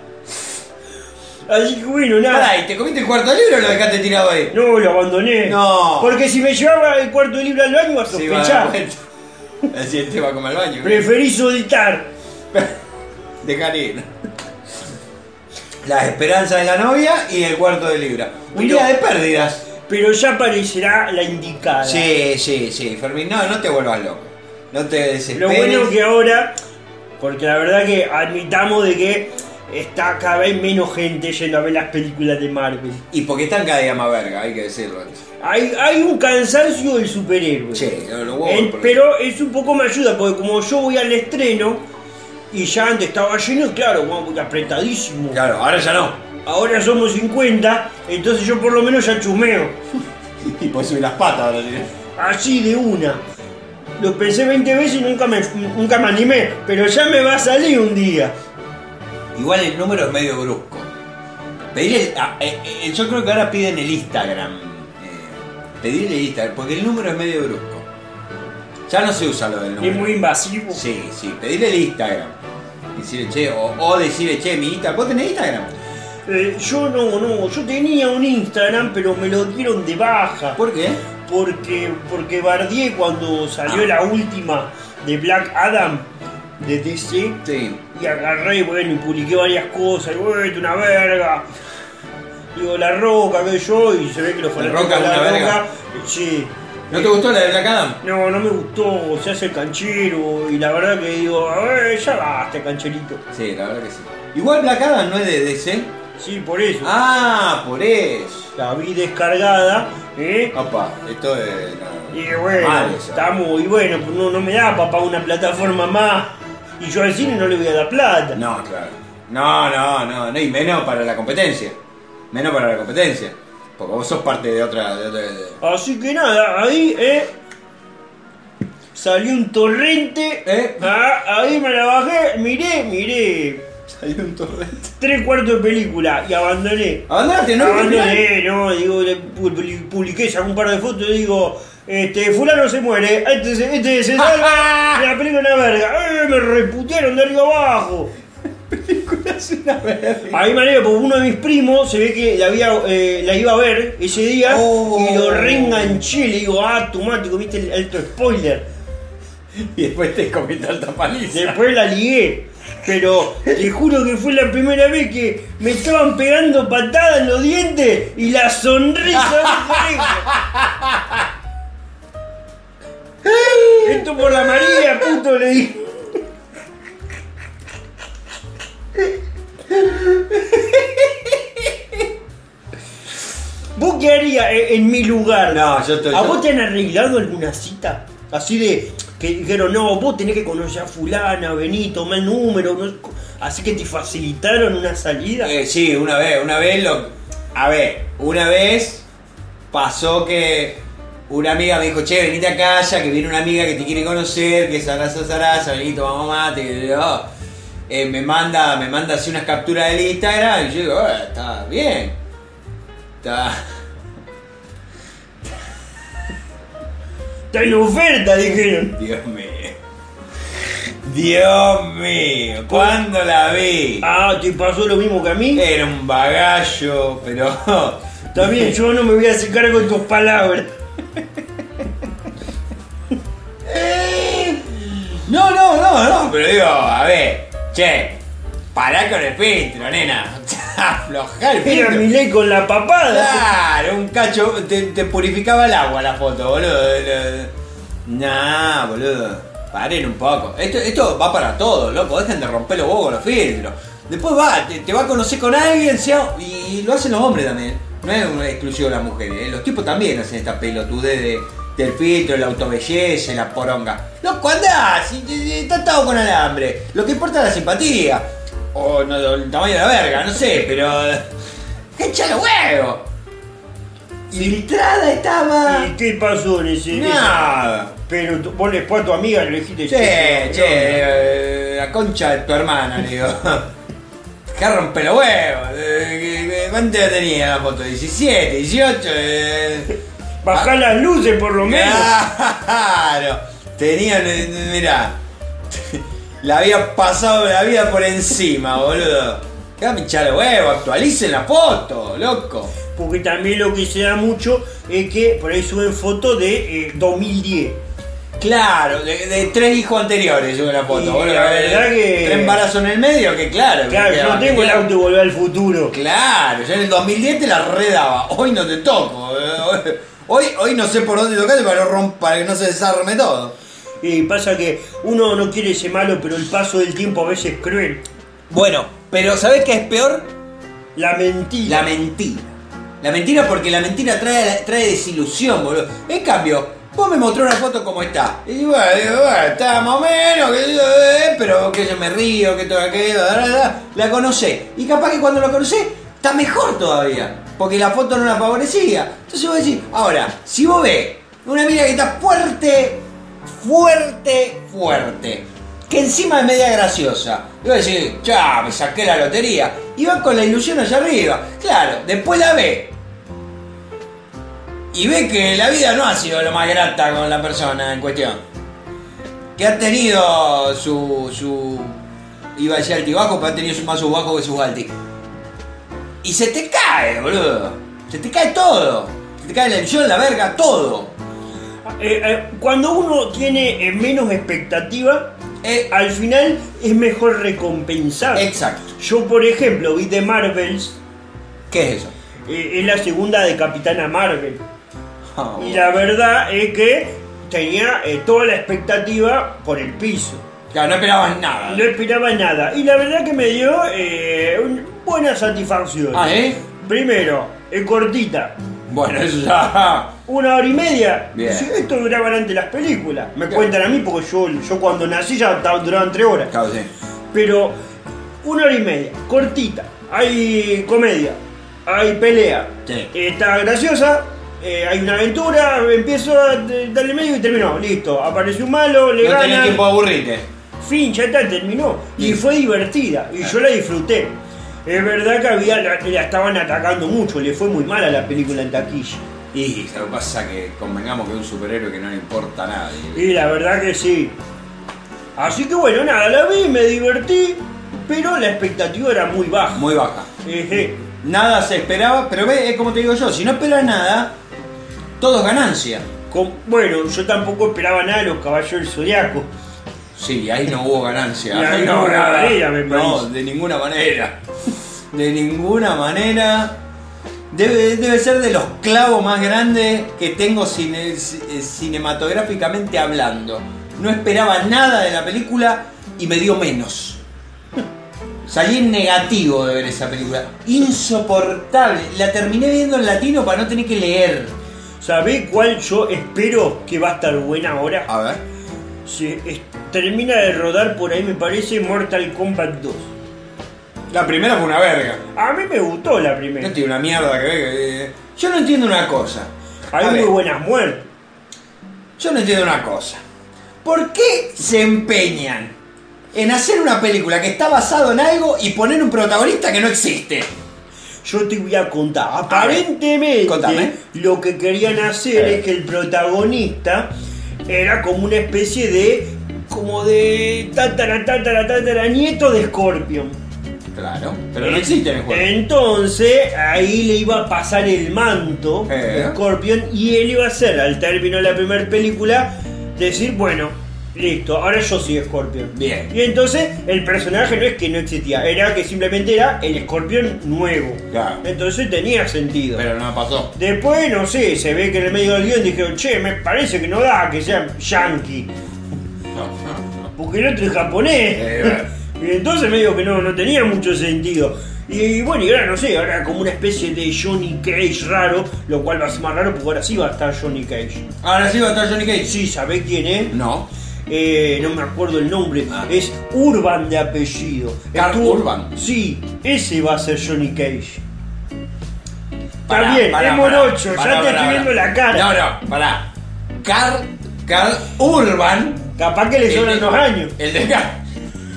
Así que bueno, nada. Pará, ¿y te comiste el cuarto libro o lo dejaste tirado ahí? No, lo abandoné. No. Porque si me llevaba el cuarto de libro al baño, iba a Se iba a dar sospechar. cuenta. Así el tema como al baño. Preferí soltar. Dejar ir. Las esperanzas de la novia y el cuarto de libra. Un Pero- día de pérdidas. Pero ya aparecerá la indicada. Sí, sí, sí, Fermín. No, no te vuelvas loco. No te Lo desesperes. bueno que ahora, porque la verdad que admitamos de que está cada vez menos gente yendo a ver las películas de Marvel. Y porque están cada día más verga, hay que decirlo. Hay, hay un cansancio del superhéroe. Che, no lo Eh, huevos, por- pero eso un poco me ayuda, porque como yo voy al estreno y ya antes estaba lleno, claro, vamos, apretadísimo. Claro, ahora ya no. Ahora somos 50, entonces yo por lo menos ya chumeo. Y puedes subir las patas ahora, tío. Así de una. Lo pensé 20 veces y nunca me, nunca me animé, pero ya me va a salir un día. Igual el número es medio brusco. Pedir el, ah, eh, eh, yo creo que ahora piden el Instagram. Eh, pedir el Instagram, porque el número es medio brusco. Ya no se usa lo del número. Es muy invasivo. Sí, sí, pedirle el Instagram. Decirle, che, o, o decirle, che, mi Instagram. ¿Vos tenés Instagram? Eh, yo no, no, yo tenía un Instagram, pero me lo dieron de baja. ¿Por qué? Porque, porque bardié cuando salió la última de Black Adam de DC. Sí. Y agarré, y bueno, y publiqué varias cosas, y bueno, una verga. Digo, la roca, que yo, y se ve que los fanáticos Roca de es la una verga? eh, sí. ¿No te gustó la de Black Adam? No, no me gustó, se hace el canchero, y la verdad que digo, a ver, ya basta, cancherito. Sí, la verdad que sí. Igual Black Adam no es de DC. Sí, por eso. Ah, por eso. La vi descargada, ¿eh? Papá, esto es. no. Y bueno, Mal eso. estamos, y bueno, pues no, no me da papá una plataforma más. Y yo al cine no le voy a dar plata. No, claro. No, no, no, no. Y menos para la competencia. Menos para la competencia. Porque vos sos parte de otra. de otra- de- Así que nada, ahí, eh. Salió un torrente. ¿Eh? Ah, ahí me la bajé, miré, miré. Salió un torrente. Tres cuartos de película y abandoné. Abandonaste, ¿no? Abandoné, no, digo, le pu- pu- publiqué, saco un par de fotos y digo, este, fulano se muere, este se, este se salva, la película es una verga, eh, me reputearon de arriba abajo. A mí me alegro, porque uno de mis primos se ve que la, había, eh, la iba a ver ese día Oh. y lo reenganché. Le digo, ah, automático, viste el alto spoiler. Y después te comiste alta paliza. Después la ligué. Pero te juro que fue la primera vez que me estaban pegando patadas en los dientes y la sonrisa de mi pareja. Esto por la María, puto, le dije. ¿Vos qué harías en, en mi lugar? No, yo estoy- ¿A yo- vos te han arreglado alguna cita? Así de que dijeron, no, vos tenés que conocer a fulana, vení, tomá el número. no sé co- Así que te facilitaron una salida. Eh, sí, una vez, una vez lo. A ver, una vez pasó que una amiga me dijo, che, venite a casa, que viene una amiga que te quiere conocer, que es zaraza, zaraza, vení, toma mate, y yo, eh, me manda, me manda así unas capturas del Instagram, y yo digo, "Ah, está bien. Está. Está en oferta, dijeron. Dios mío. Dios mío, ¿cuándo la vi? Ah, ¿te pasó lo mismo que a mí? Era un bagallo, pero. Está bien, yo no me voy a hacer cargo de tus palabras. Eh, No, no, no, no, pero digo, a ver, che, pará con el filtro, nena. Aflojá el Era mi filtro. ley con la papada. Claro, un cacho, te, te purificaba el agua la foto, boludo. Lo- Nah, boludo, paren un poco. Esto, esto va para todo, loco, dejen de romper los huevos con los filtros. Después va, te, te va a conocer con alguien, sea, y, y lo hacen los hombres también. No es un exclusivo de las mujeres, ¿eh? los tipos también hacen esta pelotudez de, del filtro, la autobelleza, y la poronga. Loco, andás, y- y- y está todo con alambre. Lo que importa es la simpatía. O no, el tamaño de la verga, no sé, pero... ¡Echa los huevos! ¡Filtrada estaba! ¿Y qué pasó en ese? ¡Nada! Pero tú- vos después a tu amiga le dijiste... Che, ¿qué che, eh, la concha de tu hermana, le digo. ¡Que rompe los huevos! Eh, ¿Cuánto tenía la foto? ¿17? ¿18? Eh, onda? Bajá las luces por Ah. lo menos. Claro. Tenía, eh, mirá. La había pasado la vida por encima, boludo. ¡Que pinchar los huevos! ¡Actualicen la foto, loco! Porque también lo que se da mucho es que por ahí suben fotos de eh, 2010. Claro, de, de tres hijos anteriores yo la foto. Y boludo. la verdad que- Tres embarazos en el medio, que claro. que Claro, yo quedaba- no tengo el auto de volver al futuro. Claro, yo en el 2010 te la redaba. Hoy no te toco. eh, Hoy, hoy no sé por dónde tocarte para, no romp- para que no se desarme todo. Y pasa que uno no quiere ser malo, pero el paso del tiempo a veces es cruel. Bueno, Pero ¿sabés qué es peor? La La mentira. mentira. La mentira porque la mentira trae, trae desilusión, boludo. En cambio, vos me mostró una foto como está. Y bueno, digo, bueno, está más o menos, que yo, eh, pero que yo me río, que todo aquello, da, da, da. la conocé. Y capaz que cuando la conocé, está mejor todavía. Porque la foto no la favorecía. Entonces vos decís, ahora, si vos ves una mina que está fuerte, fuerte, fuerte. Que encima es media graciosa. Y vos decís, ya, me saqué la lotería. Y va con la ilusión allá arriba. Claro, después la ve y ve que la vida no ha sido lo más grata con la persona en cuestión. Que ha tenido su. su iba a decir altibajo, pero ha tenido su más bajo que su alti. Y se te cae, boludo. Se te cae todo. Se te cae la ilusión, la verga, todo. Eh, eh, cuando uno tiene eh, menos expectativa, Eh, al final es mejor recompensar. exacto. Yo, por ejemplo, vi de Marvels, ¿Qué es eso? eh, es la segunda de Capitana Marvel. Ah, Y la verdad es que tenía eh, toda la expectativa por el piso. Claro, no esperabas nada. No esperaba nada. Y la verdad que me dio eh, un- buena satisfacción. Ah, ¿eh? Primero, es cortita. Bueno, eso ya. Una hora y media. Bien. Dice, Esto duraba antes las películas. Me Claro. cuentan a mí porque yo, yo cuando nací ya ta- duraban tres horas. Claro, sí. Pero una hora y media, cortita. Hay comedia, hay pelea. Eh, Sí. Está graciosa, eh, hay una aventura, empiezo a d- darle medio y terminó. Listo, aparece un malo, le No tenés gana. tiempo de aburrirte. Fin, ya está, terminó. Y Sí. fue divertida, y yo la disfruté. Es verdad que había, la, la estaban atacando mucho, le fue muy mal a la película en taquilla. Y lo que pasa que convengamos que es un superhéroe que no le importa a nadie. Y la verdad que sí. Así que bueno, nada, la vi, me divertí, pero la expectativa era muy baja. Muy baja. Ejé. Nada se esperaba, pero ve, es como te digo yo, si no esperas nada, todo es ganancia. Con- bueno, yo tampoco esperaba nada de los caballeros zodiacos. Sí, ahí no hubo ganancia. Y ahí no hubo ganancia, me No, parece. de ninguna manera. De ninguna manera. Debe, debe ser de los clavos más grandes que tengo cine- c- eh, cinematográficamente hablando. No esperaba nada de la película y me dio menos. Salí en negativo de ver esa película. Insoportable. La terminé viendo en latino para no tener que leer. ¿Sabés cuál yo espero que va a estar buena ahora? A ver. Se es- termina de rodar por ahí, me parece, Mortal Kombat 2. La primera fue una verga. A mí me gustó la primera. No tiene una mierda que ver. que- eh, Yo no entiendo una cosa. Hay A muy ver, buenas muertes. Yo no entiendo una cosa. ¿Por qué se empeñan en hacer una película que está basado en algo y poner un protagonista que no existe? Yo te voy a contar. A ver, Aparentemente, contame. Eh. lo que querían hacer es que el protagonista era como una especie de. como de. tatara, tatara, tatara, nieto de Scorpion. Claro, pero no existe en el juego. Entonces, ahí le iba a pasar el manto Eh. a Scorpion y él iba a ser, al término de la primera película, decir, bueno, listo, ahora yo soy Scorpion. Bien. Y entonces, el personaje no es que no existía, era que simplemente era el Scorpion nuevo. Claro. Entonces tenía sentido. Pero no pasó. Después, no sé, se ve que en el medio del guión dijeron, che, me parece que no da que sea yankee, No, no, no. porque el otro es japonés. Eh, bueno. Y entonces medio que no, no tenía mucho sentido. Y, bueno, y ahora no sé, ahora como una especie de Johnny Cage raro, lo cual va a ser más raro porque ahora sí va a estar Johnny Cage. Ahora sí va a estar Johnny Cage. Sí, ¿sabés quién es? No. Eh, no me acuerdo el nombre, Ah. es Urban de apellido. Carl Urban. Sí, ese va a ser Johnny Cage. Pará, Está bien, pará, pará, es morocho, pará, ya te pará, estoy pará. viendo la cara. No, no, pará. Car, Car Urban. Capaz que le el sobran de- los años. El de Car.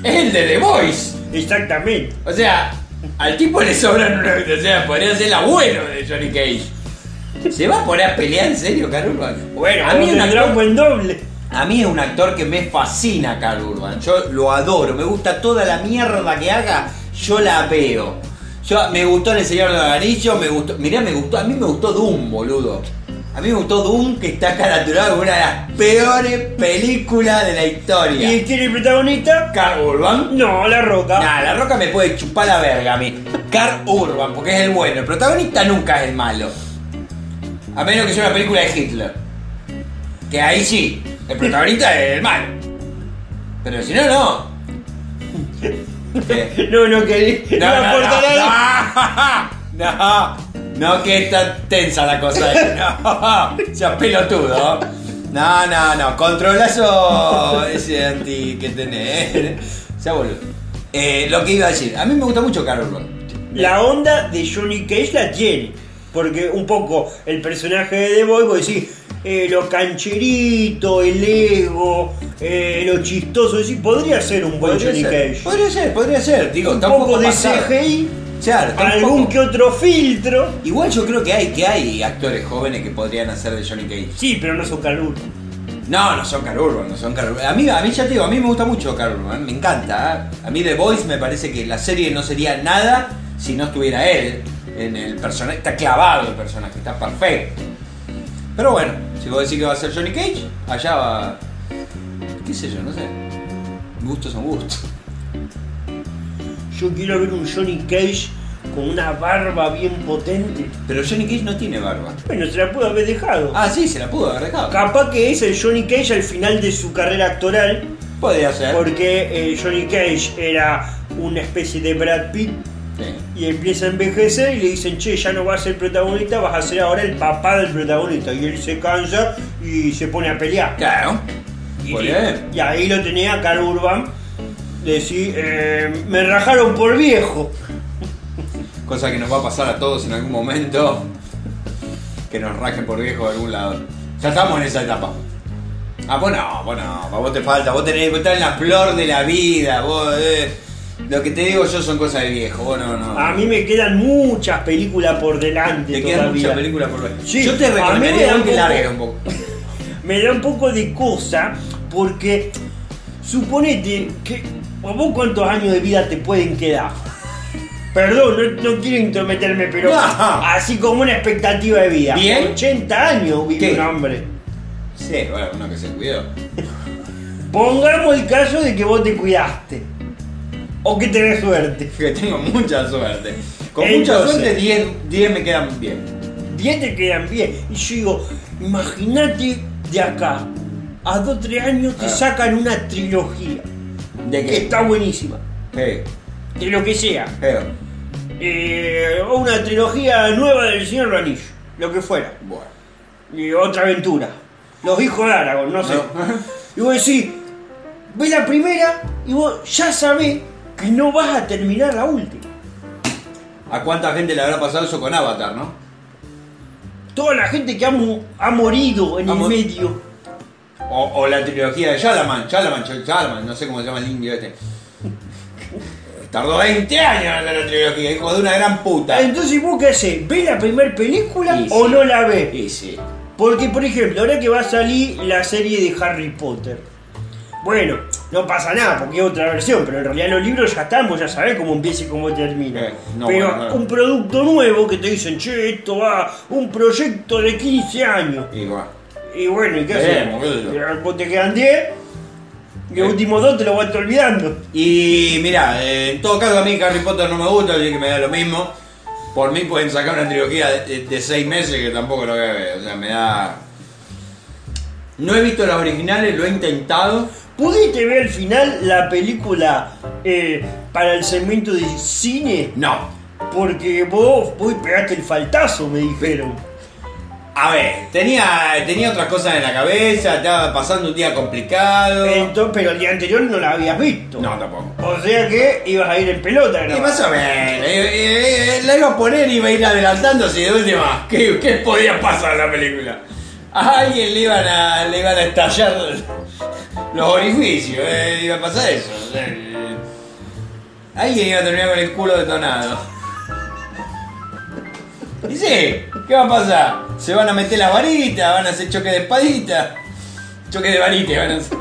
Es el de The Voice. Exactamente. O sea, al tipo le sobran una o sea, podría ser el abuelo de Johnny Cage. ¿Se va a poner a pelear en serio, Carl Urban? Bueno, a mí, es un tendrá un actor, buen doble. a mí es un actor que me fascina, Carl Urban. Yo lo adoro, me gusta toda la mierda que haga, yo la veo. Yo, me gustó en El Señor de los Anillos, me gustó, mirá, me gustó, a mí me gustó Doom, boludo. A mí me gustó Doom, que está caracterizado como una de las peores películas de la historia. ¿Y quién es el protagonista? Carl Urban? No, La Roca. Nah, la roca me puede chupar la verga a mí. Car Urban, porque es el bueno. El protagonista nunca es el malo. A menos que sea una película de Hitler. Que ahí sí, el protagonista es el malo. Pero si no, no. ¿Qué? No, no quería. No, No, no, aporta nada. no, no, no, no, que está tensa la cosa ahí. No, ya pelotudo. No, no, no, controlazo ese anti que tenés. Ya boludo. Eh, lo que iba a decir, a mí me gusta mucho Carol Bond. La onda de Johnny Cage la tiene. Porque un poco el personaje de The Boy, vos decís, eh, lo cancherito, el ego, eh, lo chistoso, decís, podría ser un buen Podría Johnny ser, Cage. podría ser, podría ser. Digo, un tampoco poco de pasado. CGI, Claro, tampoco- algún que otro filtro. Igual yo creo que hay, que hay actores jóvenes que podrían hacer de Johnny Cage. Sí, pero no son caluros. No, no son Carl Urban, no son Carl Urban. A mí, a mí ya te digo, a mí me gusta mucho Carl Urban, me encanta. ¿eh? A mí The Voice me parece que la serie no sería nada si no estuviera él en el personaje. Está clavado el personaje, está perfecto. Pero bueno, si vos decís que va a ser Johnny Cage, allá va. ¿Qué sé yo? No sé. Gustos son gustos. Yo quiero ver un Johnny Cage con una barba bien potente. Pero Johnny Cage no tiene barba. Bueno, se la pudo haber dejado. Ah, sí, se la pudo haber dejado. Capaz que es el Johnny Cage al final de su carrera actoral. Podría ser. Porque eh, Johnny Cage era una especie de Brad Pitt Sí. y empieza a envejecer y le dicen, che, ya no vas a ser protagonista, vas a ser ahora el papá del protagonista. Y él se cansa y se pone a pelear. Claro. Y, Podría y ahí lo tenía Carl Urban. Decir, eh, me rajaron por viejo. Cosa que nos va a pasar a todos en algún momento. Que nos rajen por viejo de algún lado. Ya estamos en esa etapa. Ah, vos no, vos no, a vos te falta, vos tenés que estar en la flor de la vida, vos... eh, lo que te digo yo son cosas de viejo, vos no, no. A mí me quedan muchas películas por delante. Ah. te quedan todavía. muchas películas por ver. Sí, yo te a mí me recomendaría da un que poco- larguen un poco. me da un poco de cosa porque suponete que ¿a vos cuántos años de vida te pueden quedar. Perdón, no, no quiero intrometerme, pero No. así como una expectativa de vida. Bien. 80 años vive ¿Qué? un hombre. Sí, bueno, uno que se cuidó. Pongamos el caso de que vos te cuidaste. O que tenés suerte. Que tengo mucha suerte. Con mucha Entonces- suerte 10 10 me quedan bien. 10 te quedan bien. Y yo digo, imagínate de acá. A 2 3 años te Ah. sacan una trilogía. ¿De Que qué? está buenísima. Eh, De lo que sea. eh, eh, o una trilogía nueva del señor Ranillo, lo que fuera, Bueno. y otra aventura, Los hijos de Aragón, no sé. Y vos decís, ve la primera y vos ya sabés que no vas a terminar la última. ¿A cuánta gente le habrá pasado eso con Avatar, no? Toda la gente que ha, mu- ha morido en Ha el mor- medio. O, o la trilogía de Shalaman, Shalaman, Shalaman, no sé cómo se llama el indio este. Tardó 20 años en hacer la trilogía, hijo de una gran puta. Entonces vos qué hacés, ¿ves la primera película Y o sí. no la ves? Y sí. Porque, por ejemplo, ahora que va a salir la serie de Harry Potter. Bueno, no pasa nada porque es otra versión, pero en realidad los libros ya estamos, ya sabés cómo empieza y cómo termina. Eh, no, pero bueno, no. un producto nuevo que te dicen, che, esto va, un proyecto de 15 años. Y bueno. Y bueno, ¿y qué Veremos, qué sé yo. hacemos? Vos te quedan 10 y Eh. los últimos dos te los vas olvidando. Y mira, eh, en todo caso a mí Harry Potter no me gusta, así que me da lo mismo. Por mí pueden sacar una trilogía de- de, de seis meses que tampoco lo voy a ver. O sea, me da. No he visto las originales, lo he intentado. ¿Pudiste ver al final la película eh, para el segmento de cine? No, Porque vos, vos pegaste el faltazo, me dijeron. A ver, tenía, tenía otras cosas en la cabeza, estaba pasando un día complicado. Entonces, pero el día anterior no la habías visto. No, tampoco. O sea que ibas a ir en pelota, Y ¿no? más o menos, eh, eh, eh, la iba a poner y iba a ir adelantándose y de última. ¿Qué, qué podía pasar en la película? A alguien le iban a, le iban a estallar los orificios, eh, iba a pasar eso. eh. Alguien iba a terminar con el culo detonado. Y sí, ¿qué va a pasar? Se van a meter las varitas, van a hacer choque de espadita, choque de varita van a hacer.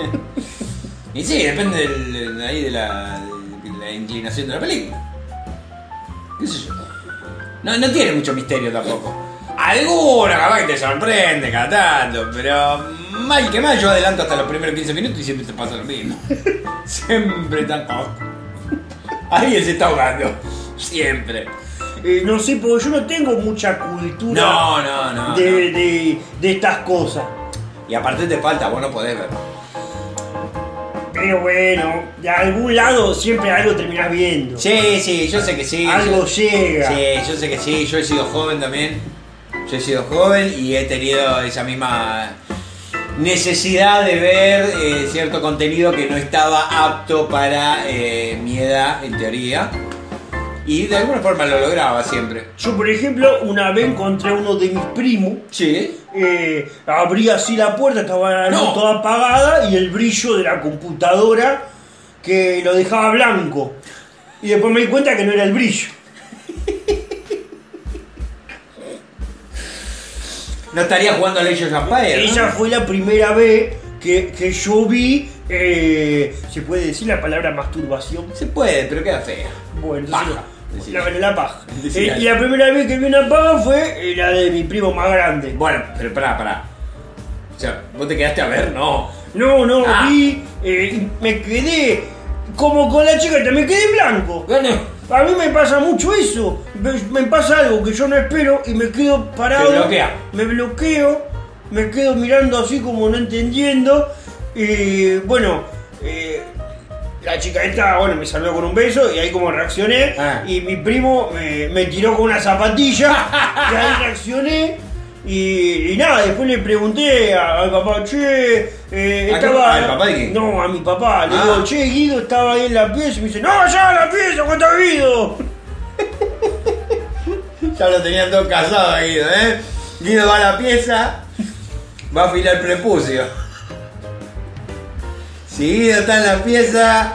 Y sí, depende del- del- ahí de la, de la inclinación de la película. ¿Qué sé yo? No, no tiene mucho misterio tampoco. Alguna capaz que te sorprende cada tanto, pero mal que mal yo adelanto hasta los primeros 15 minutos y siempre te pasa lo mismo. Siempre tan Alguien se está ahogando. Siempre. Eh, no sé, porque yo no tengo mucha cultura No, no, no, de, no. de- de estas cosas. Y aparte te falta, vos no podés ver. Pero bueno, de algún lado siempre algo terminás viendo. Sí, sí, yo sé que sí. yo, Algo llega. Sí, yo sé que sí. Yo he sido joven también. Yo he sido joven y he tenido esa misma necesidad de ver eh, cierto contenido que no estaba apto para eh, mi edad, en teoría. Y de alguna forma lo lograba siempre. Yo, por ejemplo, una vez encontré a uno de mis primos. Sí. eh, abrí así la puerta, estaba la luz No. toda apagada y el brillo de la computadora que lo dejaba blanco. Y después me di cuenta que no era el brillo. No estaría jugando al Age of Empires, ¿no? Esa fue la primera vez que, que yo vi, eh, ¿se puede decir la palabra masturbación? Se puede, pero queda fea. Bueno, Paja, entonces, decía. la, la, paja. Decía. Eh, y la primera vez que vi una paja fue eh, la de mi primo más grande. Bueno, pero pará, pará. O sea, vos te quedaste a ver, no. No, no, Ah. vi, eh, me quedé como con la chica, me quedé blanco. Bueno, A mí me pasa mucho eso. Me, me pasa algo que yo no espero y me quedo parado. Te bloquea. Me bloqueo, me quedo mirando así como no entendiendo. Y bueno, eh, la chica esta, bueno, me saludó con un beso y ahí como reaccioné. Ah. Y mi primo eh, me tiró con una zapatilla. y ahí reaccioné. Y, y nada, después le pregunté a- al papá, che, eh, ¿A qué- estaba. al papá de quién? No, a mi papá. Le Ah. digo, che, Guido estaba ahí en la pieza y me dice, no, ya en la pieza, ¿cuánto ha Guido? Ya lo tenían todo casado a Guido, ¿eh? Guido va a la pieza. va a afilar prepucio. Si Guido está en la pieza,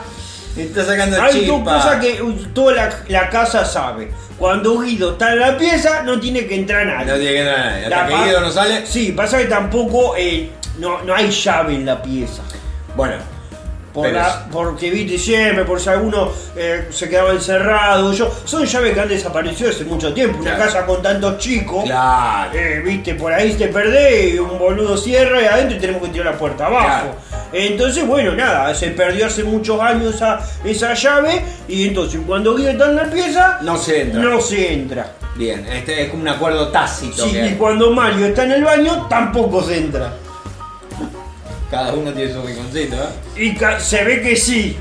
está sacando Hay dos chispa. cosas que uh, toda la, la casa sabe. Cuando Guido está en la pieza, no tiene que entrar No nadie. tiene que entrar nadie. La Hasta que pa- Guido no sale. Sí, pasa que tampoco eh, no, no hay llave en la pieza. Bueno, Por Pero la- es- porque viste siempre, por si alguno eh, se quedaba encerrado. Yo, son llaves que han desaparecido hace mucho tiempo. Una Claro. casa con tantos chicos. claro. Eh, viste, por ahí te perdés, y un boludo cierra y adentro y tenemos que tirar la puerta abajo. Entonces, bueno, nada, se perdió hace muchos años esa, esa llave y entonces cuando Guido está en la pieza, No se entra. no se entra. Bien, este es como un acuerdo tácito. Sí, que hay. y cuando Mario está en el baño, tampoco se entra. Cada uno tiene su rinconcito, ¿eh? Y ca- se ve que sí.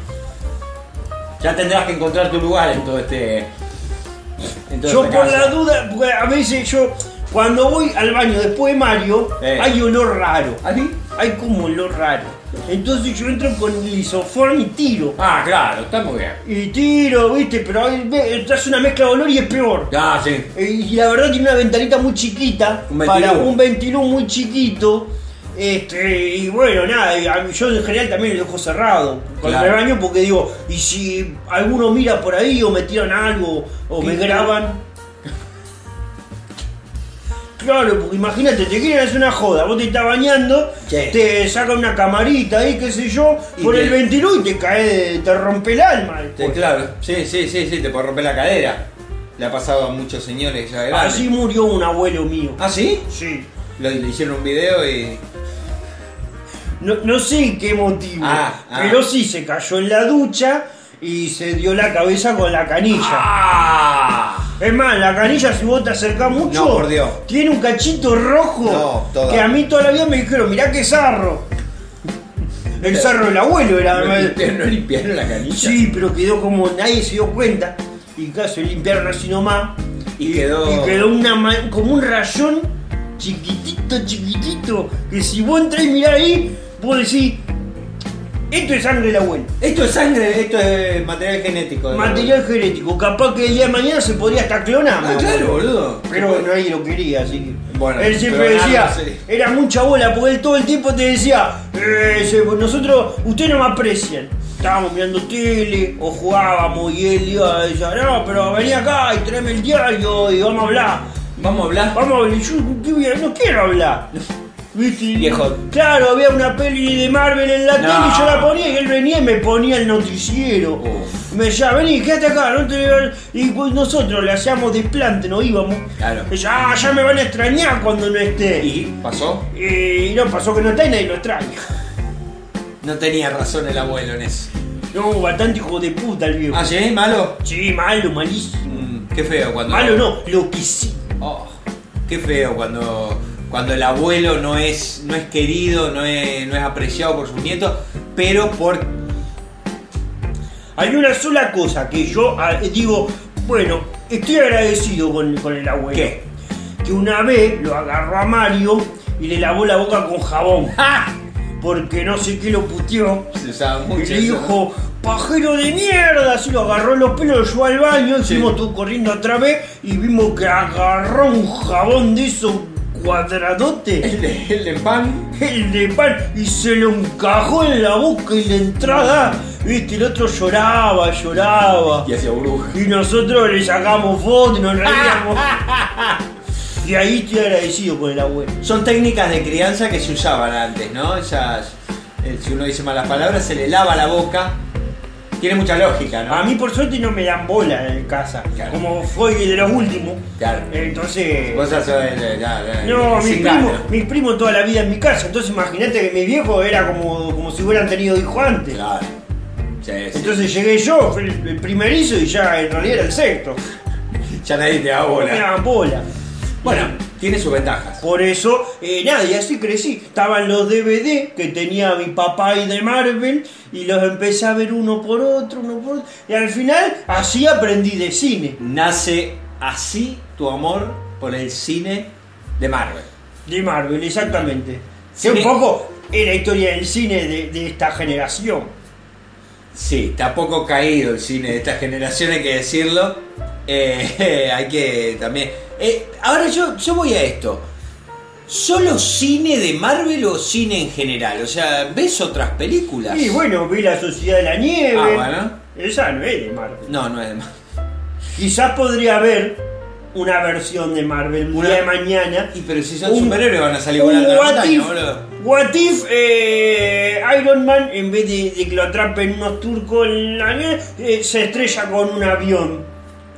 Ya tendrás que encontrar tu lugar en todo este. en este toda yo esta por casa. la duda, porque a veces yo, cuando voy al baño después de Mario, Eh. hay olor raro. ¿A ti? Hay como olor raro. Entonces yo entro con el isoform y tiro. Ah, claro, está muy bien. Y tiro, viste, pero ahí ve- te hace una mezcla de olor y es peor. Ah, sí. Eh, Y la verdad tiene una ventanita muy chiquita, Un para ventilú. un ventilú muy chiquito. Este, y bueno, nada, y a mí- yo en general también lo dejo cerrado cuando Claro. me baño porque digo, y si alguno mira por ahí o me tiran algo o ¿Qué? me graban. Claro, porque imagínate, te quieren hacer una joda, vos te estás bañando, Sí. te sacan una camarita ahí, qué sé yo, Y por te- el ventilú y te cae, te rompe el alma. Sí, después. claro, sí, sí, sí, sí, te puede romper la cadera. Le ha pasado a muchos señores ya de grandes. Así murió un abuelo mío. ¿Ah, sí? Sí. Lo- le hicieron un video y. No, no sé qué motivo, Ah, ah. pero sí se cayó en la ducha y se dio la cabeza con la canilla. ¡Ah! Es más, la canilla si vos te acercás mucho, No, por Dios. tiene un cachito rojo No, toda. que a mí toda la vida me dijeron, mirá qué zarro. El zarro del abuelo era... ¿No, limpiaron, no limpiaron la canilla? eh. Sí, pero quedó como nadie se dio cuenta. Y casi se limpiaron así nomás. Y quedó- y quedó una ma- como un rayón chiquitito, chiquitito. Que si vos entrás y mirás ahí, vos decís, esto es sangre del abuelo. Esto es sangre, esto es material genético. de la Material genético. Capaz que el día de mañana se podría hasta clonar. abuela. Ah, mi claro, abuelo. boludo. Pero eh. nadie lo quería, así que. Bueno, él siempre pero decía, nada, sí. era mucha bola, porque él todo el tiempo te decía, "Eh, se- nosotros, ustedes no me aprecian. Estábamos mirando tele o jugábamos y él iba decía, no, pero vení acá y tráeme el diario y vamos a hablar. Vamos a hablar. Vamos a hablar, yo ¿qué voy a- no quiero hablar. ¿Viste? Viejo. Claro, había una peli de Marvel en No. la tele y yo la ponía y él venía y me ponía el noticiero. Uf. Me decía, vení, quédate acá, no te voy a ver". Y pues nosotros le hacíamos desplante, no íbamos. Claro. Me decía, ah, ya me van a extrañar cuando no esté. Y, ¿Y pasó? y no, pasó que no está y nadie lo extraña. No tenía razón el abuelo en eso. No, bastante hijo de puta el viejo. ¿Ah, sí? ¿Malo? Sí, malo, malísimo. Mm, qué feo cuando. Malo no, lo que sí. Oh, qué feo cuando, cuando el abuelo no es, no es querido, no es, no es apreciado por sus nietos, pero por Hay una sola cosa que yo ah, digo, bueno, estoy agradecido con, con el abuelo. ¿Qué? Que una vez lo agarró a Mario y le lavó la boca con jabón. Porque no sé qué lo puteó. Se usaba Y mucho. le eso, ¿no? dijo, pajero de mierda, así lo agarró los pelos, yo al baño, encima tú corriendo otra vez y vimos que agarró un jabón de esos cuadradote, El de, el de pan. el de pan, y se lo encajó en la boca y la entrada, viste, el otro lloraba, lloraba. Y hacía burbuja. Y nosotros le sacamos fotos y nos reíamos. Y ahí estoy agradecido con el abuelo. Son técnicas de crianza que se usaban antes, ¿no? Esas. eh, si uno dice malas palabras, se le lava la boca. Tiene mucha lógica, ¿no? A mí por suerte no me dan bola en casa, Claro. como fue de los últimos. Claro. Entonces... Vos sos, eh, eh, ya, ya, No, sin mis ganas. primos, mis primos toda la vida en mi casa, entonces imagínate que mi viejo era como, como si hubieran tenido hijo antes. Claro. Sí, sí. Entonces llegué yo, fui el, el primerizo y ya en realidad era el sexto. ya nadie te da Me bola. daban bola. Bueno, tiene sus ventajas. Por eso, eh, nada, y así crecí. Estaban los DVD que tenía mi papá y de Marvel, y los empecé a ver uno por otro, uno por otro. Y al final, así aprendí de cine. Nace así tu amor por el cine de Marvel. De Marvel, exactamente. Que Cine- un poco era historia del cine de- de esta generación. Sí, está poco caído el cine de esta generación, hay que decirlo. Eh, hay que también. Eh, ahora yo, yo voy a esto. ¿Solo cine de Marvel o cine en general? O sea, ¿ves otras películas? Y bueno, vi la Sociedad de la Nieve. Ah, bueno. Esa no es de Marvel. No, no es de Marvel. Quizás podría haber una versión de Marvel un Una- día de mañana. Y pero si son Un- superhéroes van a salir un volando a la what montaña, if, boludo. what if, eh, Iron Man, en vez de, de que lo atrapen unos turcos en la nieve, eh, se estrella con un avión.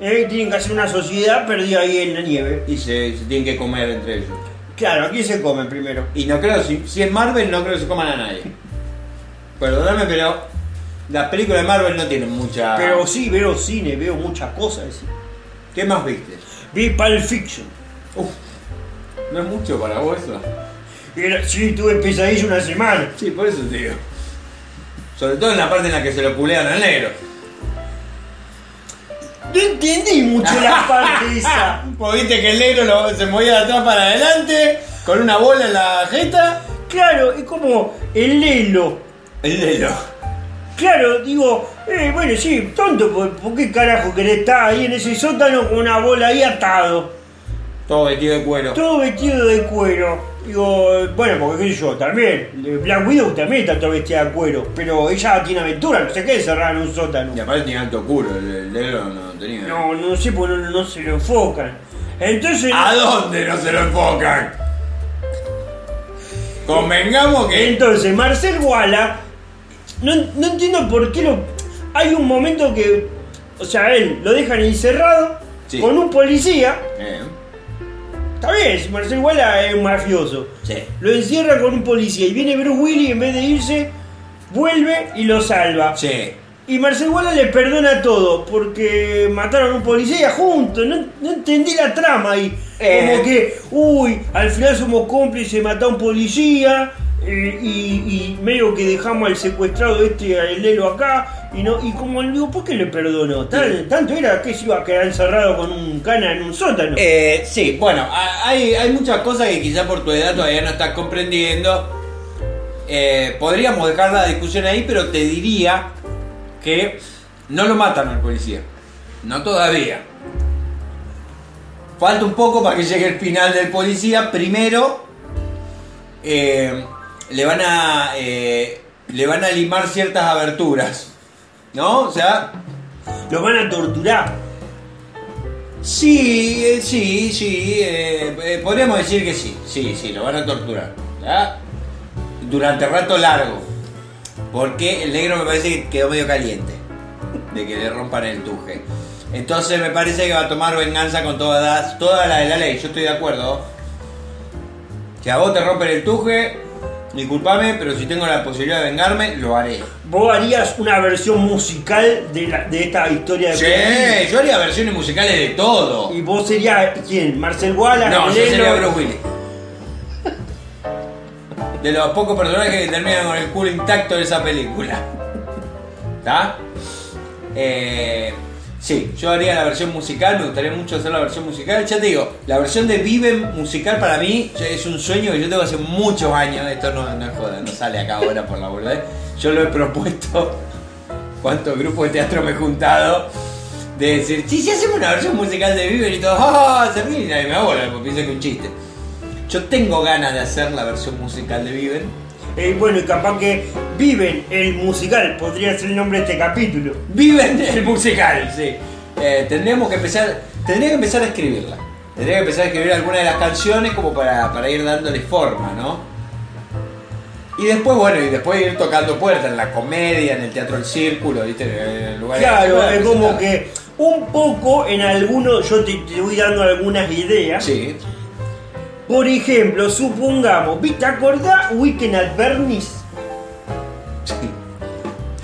Eh, tienen que hacer una sociedad perdida ahí en la nieve. Y se, se tienen que comer entre ellos. Claro, aquí se comen primero. Y no creo, si, si es Marvel, no creo que se coman a nadie. Perdóname, pero las películas de Marvel no tienen mucha. Pero sí, veo cine, veo muchas cosas. ¿Qué más viste? Vi Pulp Fiction. Uf, no es mucho para vos eso. Era- sí, tuve pesadilla una semana. Sí, por eso te digo. Sobre todo en la parte en la que se lo culean al negro. No entendí mucho la parte esa. Porque Ah, viste que el negro lo- se movía de atrás para adelante, con una bola en la jeta. Claro, es como el lelo. El negro. Claro, digo, eh, bueno, sí, tonto, ¿por, por qué carajo querés estar ahí en ese sótano con una bola ahí atado? Todo vestido de cuero. Todo vestido de cuero. Digo, eh, bueno, porque qué sé yo, también. eh, Black Widow también está toda vestida de cuero, pero ella tiene aventura, no sé qué, encerrada en un sótano. Y aparte tenía alto culo, el, el negro no tenía. No, no sé, por no, no se lo enfocan. Entonces, ¿A dónde no se lo enfocan? Convengamos que. Entonces, Marcel Walla, no, no entiendo por qué lo. Hay un momento que. O sea, él lo dejan encerrado Sí. con un policía. Eh, Está bien, si Marcel Walla es un mafioso. sí. Lo encierra con un policía y viene Bruce Willis y en vez de irse, vuelve y lo salva. Sí. Y Marcel Walla le perdona todo porque mataron a un policía juntos. No, no entendí la trama ahí. Eh. Como que, uy, al final somos cómplices, mató a un policía eh, y, y medio que dejamos al secuestrado este, al Lelo acá. Y, no, y como le digo, ¿por qué le perdonó? Tan- tanto era que se iba a quedar encerrado con un cana en un sótano. Eh, sí, bueno, a- hay, hay muchas cosas que quizá por tu edad todavía no estás comprendiendo. Eh, podríamos dejar la discusión ahí, pero te diría que no lo matan al policía. No todavía. Falta un poco para que llegue el final del policía. Primero, eh, le van a eh, le van a limar ciertas aberturas, ¿no? O sea, Lo van a torturar. Sí, eh, sí, sí. eh, eh, podríamos decir que sí. Sí, sí, lo van a torturar. ¿ya? Durante rato largo. Porque el negro me parece que quedó medio caliente. De que le rompan el tuje. Entonces me parece que va a tomar venganza con todas las- toda la de la ley. Yo estoy de acuerdo. Si a vos te rompen el tuje, disculpame, pero si tengo la posibilidad de vengarme, lo haré. Vos harías una versión musical de, la- de esta historia de Sí, Eh, yo haría versiones musicales de todo. ¿Y vos serías quién? ¿Marcel Wallace? No, yo Lelo? sería Bruce Willis. De los pocos personajes que terminan con el culo intacto de esa película. ¿Está? Eh, sí, yo haría la versión musical, me gustaría mucho hacer la versión musical. Ya te digo, la versión de Viven musical para mí ya es un sueño que yo tengo hace muchos años. Esto no, no es joda, no sale acá ahora por la verdad. Yo lo he propuesto. ¿Cuántos grupos de teatro me he juntado? De decir, sí, si hacemos una versión musical de Viven y todo, ¡ah! se ríe y nadie me va a volar, porque piensa que es un chiste. Yo tengo ganas de hacer la versión musical de Viven. Eh, bueno, y capaz que viven el musical, podría ser el nombre de este capítulo. Viven el musical, sí. Eh, tendríamos que empezar, tendría que empezar a escribirla. Tendría que empezar a escribir alguna de las canciones como para, para ir dándole forma, ¿no? Y después, bueno, y después ir tocando puertas en la comedia, en el teatro El Círculo, ¿viste? En lugares Claro, es como presentar. que un poco en alguno, yo te, te voy dando algunas ideas. Sí, Por ejemplo, supongamos, ¿viste? ¿Te acordás Weekend at Bernie's? sí.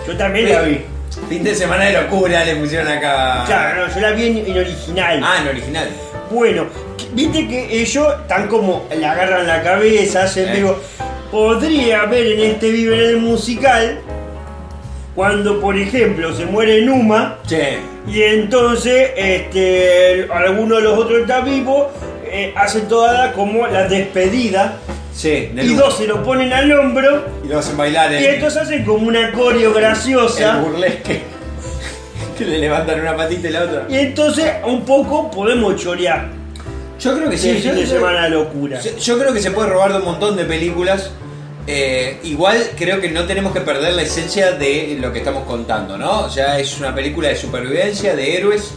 Yo también la vi. Fin de semana de locura le pusieron acá. Claro, no, yo la vi en, en original. Ah, en original. Bueno, viste que ellos tan como le agarran la cabeza, hacen Eh. digo, podría haber en este Viven el musical cuando por ejemplo se muere Numa Che, y entonces este el- alguno de los otros está vivo, eh, hacen toda la- como la despedida sí, de y luz. dos se lo ponen al hombro Y lo hacen bailar y el, entonces hacen como una coreo el graciosa. burlesque. que le levantan una patita y la otra. Y entonces un poco podemos chorear. Yo creo que Sí, sí. fin yo- de yo- semana locura. Yo- Yo creo que se puede robar de un montón de películas. Eh, igual creo que no tenemos que perder la esencia de lo que estamos contando, ¿no? O sea, es una película de supervivencia, de héroes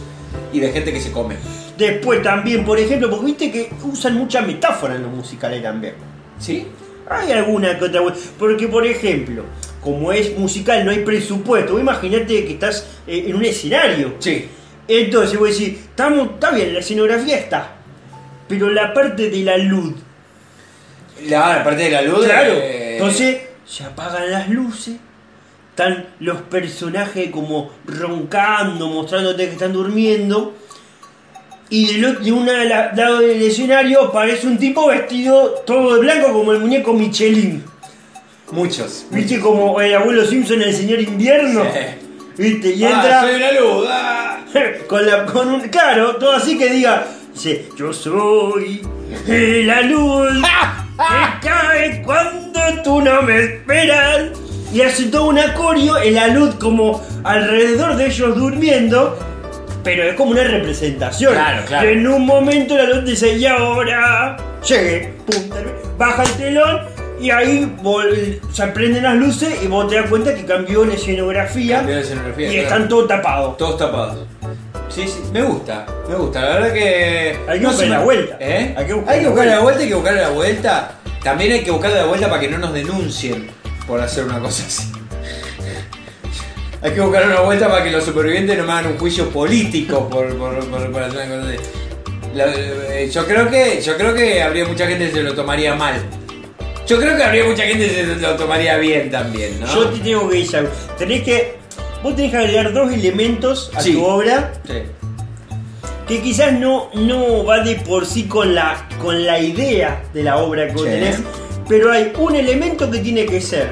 y de gente que se come. Después también, por ejemplo, porque viste que usan mucha metáfora en los musicales también. ¿Sí? Hay alguna que otra. we- Porque, por ejemplo, como es musical, no hay presupuesto. Vos Imaginate que estás eh, en un escenario. Sí. Entonces, voy a decir, está bien, la escenografía está. Pero la parte de la luz. La la parte de la luz. Claro. eh, Entonces, se apagan las luces. Están los personajes como roncando, mostrándote que están durmiendo. Y del otro- de un lado del escenario aparece un tipo vestido todo de blanco como el muñeco Michelin. Muchos. ¿Viste como el abuelo Simpson, el señor invierno? ¿Viste? Y entra Ah, soy una luz. ah. con, la, con un. Claro, todo así que diga. Dice, yo soy la luz que cae cuando tú no me esperas. Y hace todo un acorio en la luz como alrededor de ellos durmiendo. Pero es como una representación. Claro, claro. En un momento la luz dice, y ahora llegué. Pum, termina. baja el telón y ahí vol- se prenden las luces y vos te das cuenta que cambió la escenografía. Cambió la escenografía, Y claro. están todos tapados. Todos tapados. Sí, sí, me gusta, me gusta. La verdad que. Hay que no buscar se me- la vuelta. ¿Eh? Hay que buscar la buscar la vuelta. vuelta, hay que buscar la vuelta. También hay que buscar la vuelta para que no nos denuncien por hacer una cosa así. Hay que buscar una vuelta para que los supervivientes no me hagan un juicio político por, por, por- por hacer una cosa así. La- eh, yo creo que yo creo que habría mucha gente que se lo tomaría mal. Yo creo que habría mucha gente que se lo tomaría bien también, ¿no? Yo te tengo que decir algo. Tenés que. Vos tenés que agregar dos elementos a Sí. tu obra Sí. que quizás no, no va de por sí con la, con la idea de la obra que vos Sí. tenés, pero hay un elemento que tiene que ser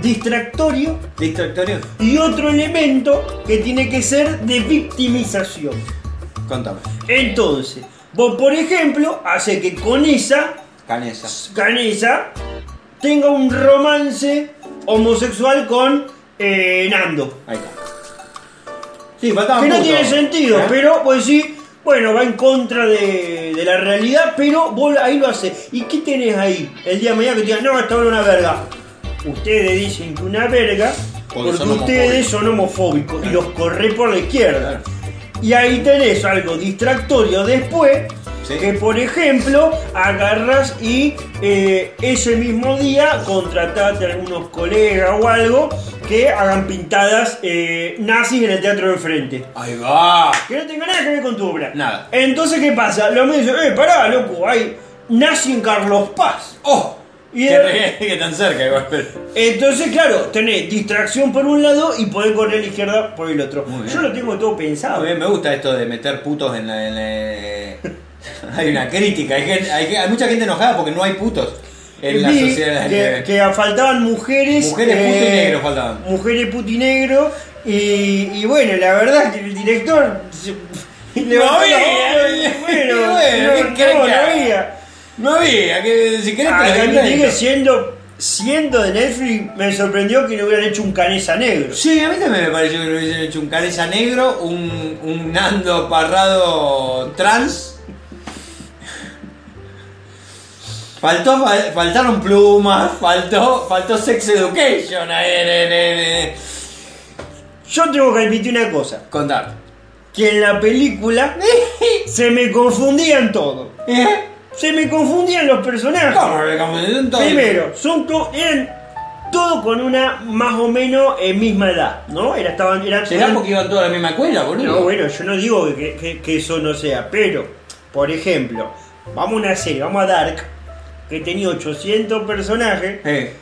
distractorio ¿Listo, Antonio? y otro elemento que tiene que ser de victimización. Contame. Entonces, vos por ejemplo, hace que con esa Canesa. Canesa tenga un romance homosexual con eh, Nando. Ahí está. Sí, faltaba Que no mucho. tiene sentido, ¿Eh? pero pues sí, bueno, va en contra de, de la realidad, pero vos ahí lo haces. ¿Y qué tenés ahí? El día de mañana que te digan, no, esta obra es una verga. Ustedes dicen que una verga Porque porque, son ustedes son homofóbicos y los corré por la izquierda. Claro. Y ahí tenés algo distractorio después, Sí. que por ejemplo agarras y eh, ese mismo día contrataste a algunos colegas o algo que hagan pintadas eh, nazis en el teatro de enfrente. Ahí va. Que no tenga nada que ver con tu obra. Nada. Entonces, ¿qué pasa? Los medios dicen, eh, pará, loco, hay nazi en Carlos Paz. ¡Oh! Y Qué el- re- que tan cerca igual. pero- Entonces, claro, tenés distracción por un lado y poder correr a la izquierda por el otro. Muy bien. Yo lo tengo todo pensado. Está Ah, bien, me gusta esto de meter putos en eh, la. en la- hay una crítica. Hay, gente- hay, hay mucha gente enojada porque no hay putos. en la Eh, vi sociedad de la que, que faltaban mujeres. eh, Mujeres puto y negro faltaban. Mujeres puto y negro. Y, y bueno, la verdad que el director. se- levantó la había, mano, y bueno, bueno, no- ¿qué no, querés que no haga? había. No había, que si querés te Ah, la que canté. sigue siendo, siendo de Netflix, me sorprendió que no hubieran hecho un canesa negro. Sí, a mí también me pareció que le hubiesen hecho un cabeza negro, un, un Nando Parrado trans. Faltó, fal- faltaron plumas, faltó, faltó sex education. ahí, ne, ne, ne. Yo tengo que admitir una cosa, Contarte. que en la película se me confundían todo. ¿Eh? Se me confundían los personajes. ¿Cómo me confundieron todo? Primero, son to- eran todos con una más o menos eh, misma edad, ¿no? Era, estaban, eran- ¿Será porque iban todos a la misma escuela, boludo? No, bueno, yo no digo que, que- que eso no sea, pero, por ejemplo, vamos a una serie, vamos a Dark, que tenía 800 personajes Eh,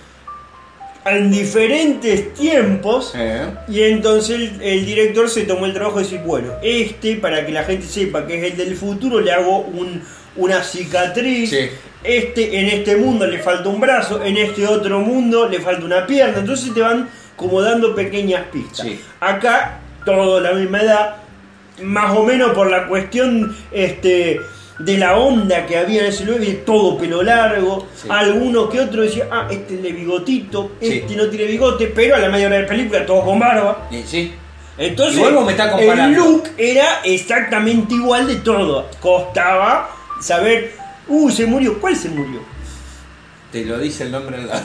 en diferentes tiempos. eh. Y entonces el, el director se tomó el trabajo de decir, bueno, este, para que la gente sepa que es el del futuro, le hago un- una cicatriz. Sí. Este, en este mundo le falta un brazo, en este otro mundo le falta una pierna. Entonces te van como dando pequeñas pistas. Sí. Acá, todo la misma edad, más o menos por la cuestión este, de la onda que había en ese lugar, y todo pelo largo, Sí. alguno que otro decía, ah, este es de bigotito, Sí. este no tiene bigote, pero a la media hora de la película todos con barba. Eh, sí. Entonces, Igual vos me estás comparando. el look era exactamente igual de todo. Costaba saber, uh, se murió, ¿cuál se murió? Te lo dice el nombre al lado.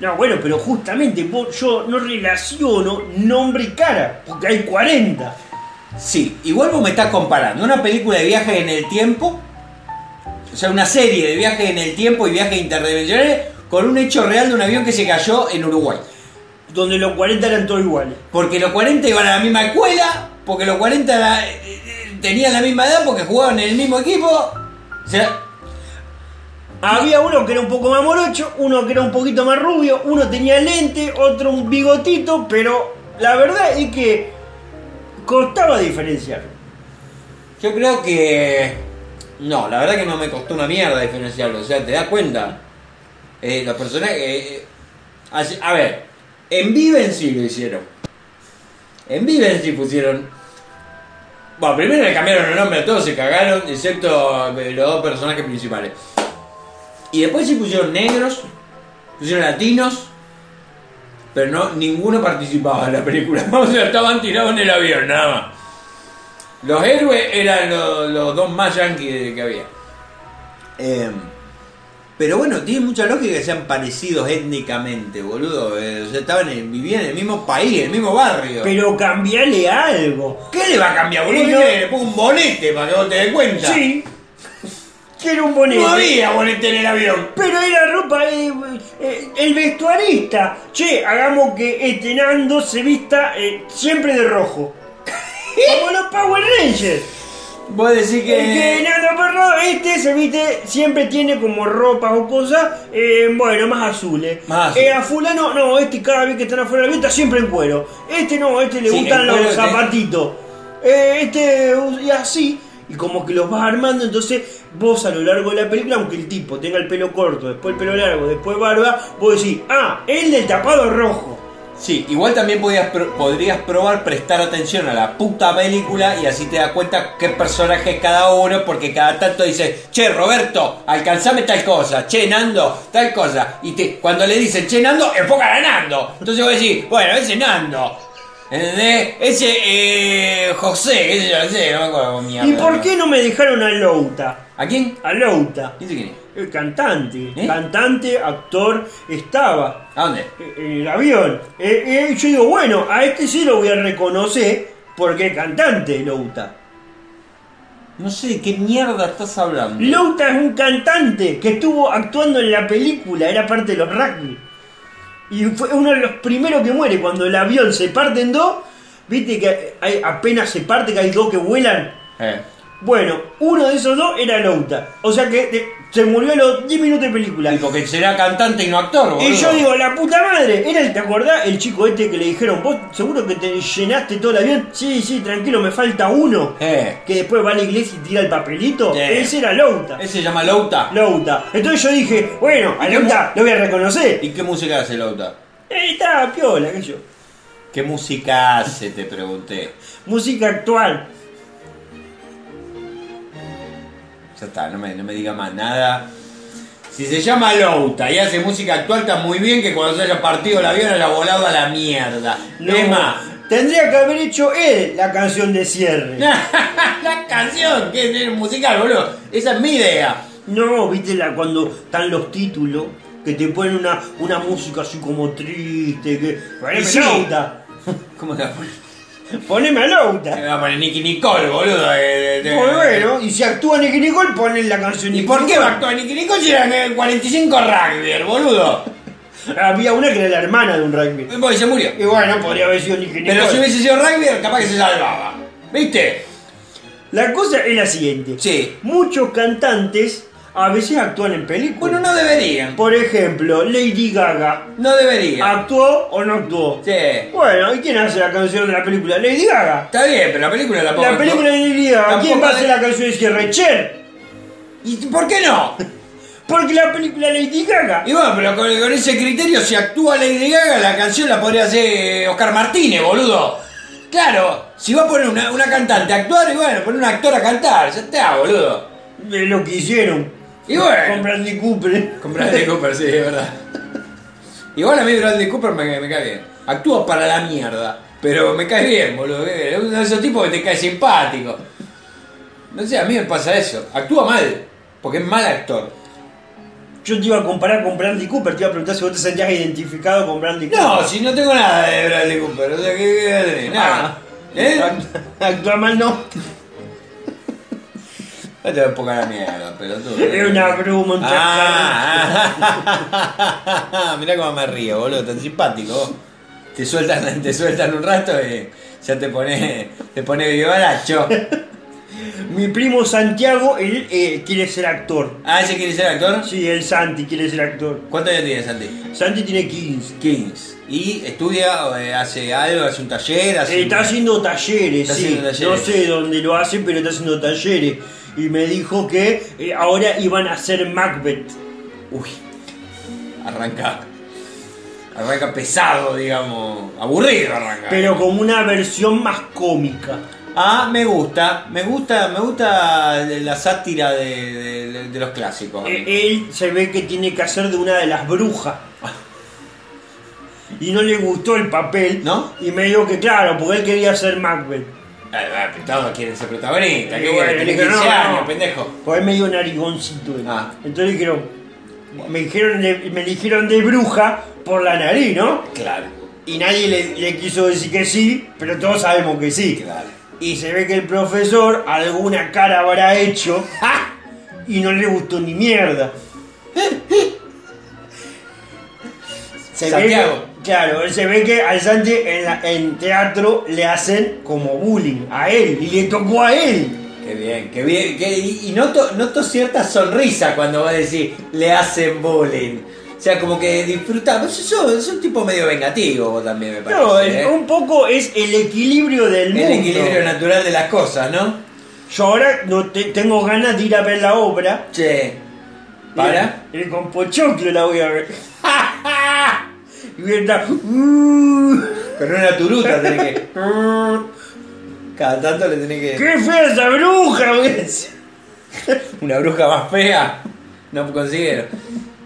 No, bueno, pero justamente vos- yo no relaciono nombre y cara, porque hay 40. Sí, igual vos me estás comparando una película de viaje en el tiempo, o sea, una serie de viaje en el tiempo y viajes interdimensionales, con un hecho real de un avión que se cayó en Uruguay. Donde los 40 eran todos iguales. Porque los 40 iban a la misma escuela, porque los 40 la- eh, eh, tenían la misma edad, porque jugaban en el mismo equipo. O sea, Había uno que era un poco más morocho, uno que era un poquito más rubio, uno tenía lente, otro un bigotito, pero la verdad es que costaba diferenciar. yo creo que... No, la verdad que no me costó una mierda diferenciarlo, o sea, te das cuenta. Eh, los personajes... eh, eh, así- a ver, en Viven sí lo hicieron. En Viven sí pusieron. Bueno, primero le cambiaron el nombre a todos, se cagaron, excepto eh, los dos personajes principales. Y después sí pusieron negros, pusieron latinos, pero no, ninguno participaba en la película. O sea, estaban tirados en el avión, nada más. Los héroes eran los, los dos más yanquis que había. Em, pero bueno, tiene mucha lógica que sean parecidos étnicamente, boludo. Eh, o sea, estaban en- vivían en el mismo país, en el mismo barrio. Pero cambiale algo. ¿Qué le va a cambiar, boludo? Pero- ¿Qué Le pongo un bonete para que vos te des cuenta. Sí, quiero un No bonete. había bonete en el avión. Pero era ropa, eh, eh, el vestuarista. Che, hagamos que este Nando se vista eh, siempre de rojo. Como los Power Rangers. Vos decís que. El que Nando Perro, este se viste, siempre tiene como ropa o cosas, eh, bueno, más azules. Más azules. Eh, a fulano, no, este cada vez que están afuera de la venta siempre en cuero. Este no, este le Sí, gustan en los cuero, sí. zapatitos. Eh, este, y así. Y como que los vas armando, entonces vos a lo largo de la película, aunque el tipo tenga el pelo corto, después el pelo largo, después barba, vos decís, ah, el del tapado rojo. Sí, igual también podías pro- podrías probar prestar atención a la puta película y así te das cuenta qué personaje es cada uno, porque cada tanto dice, che, Roberto, alcanzame tal cosa, che, Nando, tal cosa. Y te, cuando le dicen, che, Nando, enfocan a Nando. Entonces vos decís, bueno, ese es Nando. ¿Entendés? Ese, eh, José, qué sé yo, ese, no me acuerdo cómo mierda. ¿Y por qué no me dejaron a Louta? ¿A quién? A Louta. ¿Dice quién es? El cantante, ¿Eh? cantante, actor, estaba ¿A dónde? en el avión. Eh, eh, yo digo, bueno, a este sí lo voy a reconocer porque el cantante Louta. No sé de qué mierda estás hablando. Louta es un cantante que estuvo actuando en la película, era parte de los rugby. Y fue uno de los primeros que muere cuando el avión se parte en dos. Viste que hay- apenas se parte, que hay dos que vuelan. Eh. Bueno, uno de esos dos era Lauta. O sea que de- se murió a los 10 minutos de película. Y porque será cantante y no actor, boludo. Y yo digo, la puta madre, era el, ¿te acordás? El chico este que le dijeron, vos seguro que te llenaste todo el avión. Sí, sí, tranquilo, me falta uno. Eh, Que después va a la iglesia y tira el papelito. Eh. Ese era Louta. ese se llama Lauta. Louta. Entonces yo dije, bueno, a ¿Y qué Louta lo voy a reconocer. ¿Y qué música hace Lauta? Eh, está piola, que yo. ¿Qué música hace? Te pregunté. Música actual. Ya está, no me, no me diga más nada. Si se llama Louta y hace música actual, está muy bien que cuando se haya partido el avión haya volado a la mierda. No, Es más, Tendría que haber hecho él la canción de cierre. la canción que es musical, boludo. Esa es mi idea. No, viste la, cuando están los títulos, que te ponen una, una música así como triste, que. Poneme sí. Lauta. ¿Cómo se llama? Poneme a Me Lauta. va a poner Nicky Nicole, boludo. eh, de- de- Pues bueno, y si actúa Nicky Nicole, ponen la canción ¿Y Nicky por qué Nicole. va a actuar Nicky Nicole si era eh, 45 rugby, boludo? Había una que era la hermana de un rugby. Bueno, y se murió. Y bueno, podría haber sido Nicky Nicole. Pero si hubiese sido rugby, capaz que se salvaba. ¿Viste? La cosa es la siguiente. Sí. Muchos cantantes a veces actúan en películas. Bueno, no deberían. Por ejemplo, Lady Gaga. No deberían. ¿Actuó o no actuó? Sí. Está Bueno, ¿y quién hace la canción de la película? Lady Gaga. bien, pero la película la pongo- La película de Lady Gaga, ¿quién Tampoco va a hacer de- la canción de cierre? Cher. ¿Y por qué no? Porque la película de Lady Gaga. Y bueno, pero con, con ese criterio, si actúa Lady Gaga, la canción la podría hacer Oscar Martínez, boludo. Claro, si va a poner una, una cantante a actuar, y bueno, poner un actor a cantar, ya está, boludo. De lo que hicieron. Y bueno. Con Bradley Cooper. Con Bradley Cooper, sí, es verdad. Igual a mí Bradley Cooper me, me cae bien. Actúa para la mierda. Pero me cae bien, boludo. Es uno de esos tipos que te cae simpático. No sé, a mí me pasa eso. Actúa mal. Porque es mal actor. Yo te iba a comparar con Bradley Cooper. Te iba a preguntar si vos te sentías identificado con Bradley Cooper. No, si no tengo nada de Bradley Cooper. O sea, ¿qué voy a tener? Nada. Ah, ¿Eh? Act- Actúa mal no. No te voy a poner la mierda, pelotudo. Es una bruma, un Ah, ah, mirá cómo me río, boludo, tan simpático. vos. Te sueltan, te sueltan un rato y ya te pone, te pone vivaracho. Mi primo Santiago, él eh, quiere ser actor. Ah, ¿ese quiere ser actor? Sí, el Santi quiere ser actor. ¿Cuántos años tiene Santi? Santi tiene 15. 15. ¿Y estudia, o, eh, hace algo, hace un taller? Hace Eh, Está haciendo talleres, Está sí. haciendo talleres. No sé dónde lo hace, pero está haciendo talleres. Y me dijo que eh, ahora iban a hacer Macbeth. Uy, arranca. Arranca pesado, digamos. Aburrido arranca. Pero como una versión más cómica. Ah, me gusta, me gusta, me gusta la sátira de, de- de los clásicos. Eh, Él se ve que tiene que hacer de una de las brujas. Y no le gustó el papel. ¿No? Y me dijo que claro, porque él quería ser Macbeth. Ah, ah, Todos quieren ser protagonistas. Y ¿Qué Eh, bueno, bueno, tenés dije, 15 no, no. años, pendejo. Porque él medio narigoncito era. Ah. Entonces dijeron, me dijeron de- me eligieron de bruja por la nariz, ¿no? Claro, Y nadie le, le quiso decir que sí, pero todos sabemos que sí. claro. Y se ve que el profesor alguna cara habrá hecho ¡ja! y no le gustó ni mierda. Se ve Santiago. que- claro, él se ve que al Santi en, la- en teatro le hacen como bullying a él y le tocó a él. Qué bien, qué bien. qué- y y noto, noto cierta sonrisa cuando va a decir, le hacen bullying. O sea, como que disfruta. Vos sos, sos un tipo medio vengativo vos también, me parece. No, ¿eh? el- un poco es el equilibrio del El mundo. equilibrio natural de las cosas, ¿no? Yo ahora no te- tengo ganas de ir a ver la obra. Che. ¿Para? Y, y con Pochoclo la voy a ver. y voy a estar. "Uh, Con una turuta tenés que. Cada tanto le tenés que. ¡Qué fea esa bruja! voy a decir. Una bruja más fea. No consiguieron.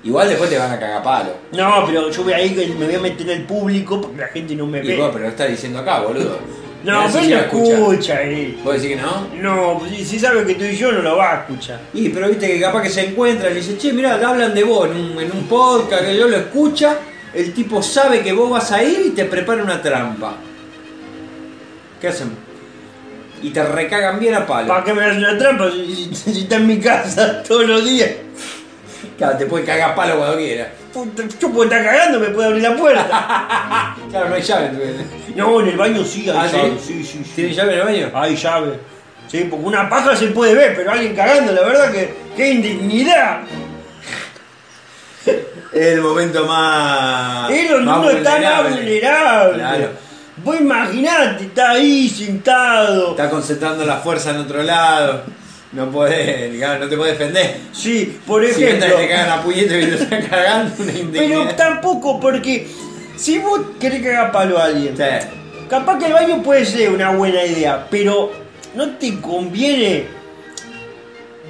Igual después te van a cagar palo. No, pero yo voy ahí que me voy a meter al público porque la gente no me Y ve. vos, pero lo estás diciendo acá, boludo. No, Mirá si pero se no va a escuchar. escucha, eh. ¿Vos decís que no? No, pues, si, si sabe que tú y yo no lo va a escuchar. Y pero viste que capaz que se encuentran y dicen, che, mirá, hablan de vos en un, en un podcast, que yo lo escucha, el tipo sabe que vos vas a ir y te prepara una trampa. ¿Qué hacen? Y te recagan bien a palo. ¿Para qué me haces una trampa si, si- si está en mi casa todos los días? Claro, te puede cagar a palo cuando quiera. Puta, Yo puedo estar cagando, me puede abrir la puerta. Claro, no hay llave. en tu- No, en el baño sí hay Ah, llave. ¿sí? Sí, sí, sí. ¿Tienen llave en el baño? Hay llave. ¿sí? Porque una paja se puede ver, pero alguien cagando, la verdad que qué indignidad. El momento más. Era un más uno está más vulnerable. Ah, Claro. Vos imaginate, está ahí sentado. Está concentrando la fuerza en otro lado. No podés, digamos, no te podés defender. Sí, por Si entras ejemplo. y te cagan a puñete y te están cagando una pero indignidad. tampoco porque si vos querés que haga palo a alguien, Sí. capaz que el baño puede ser una buena idea, pero no te conviene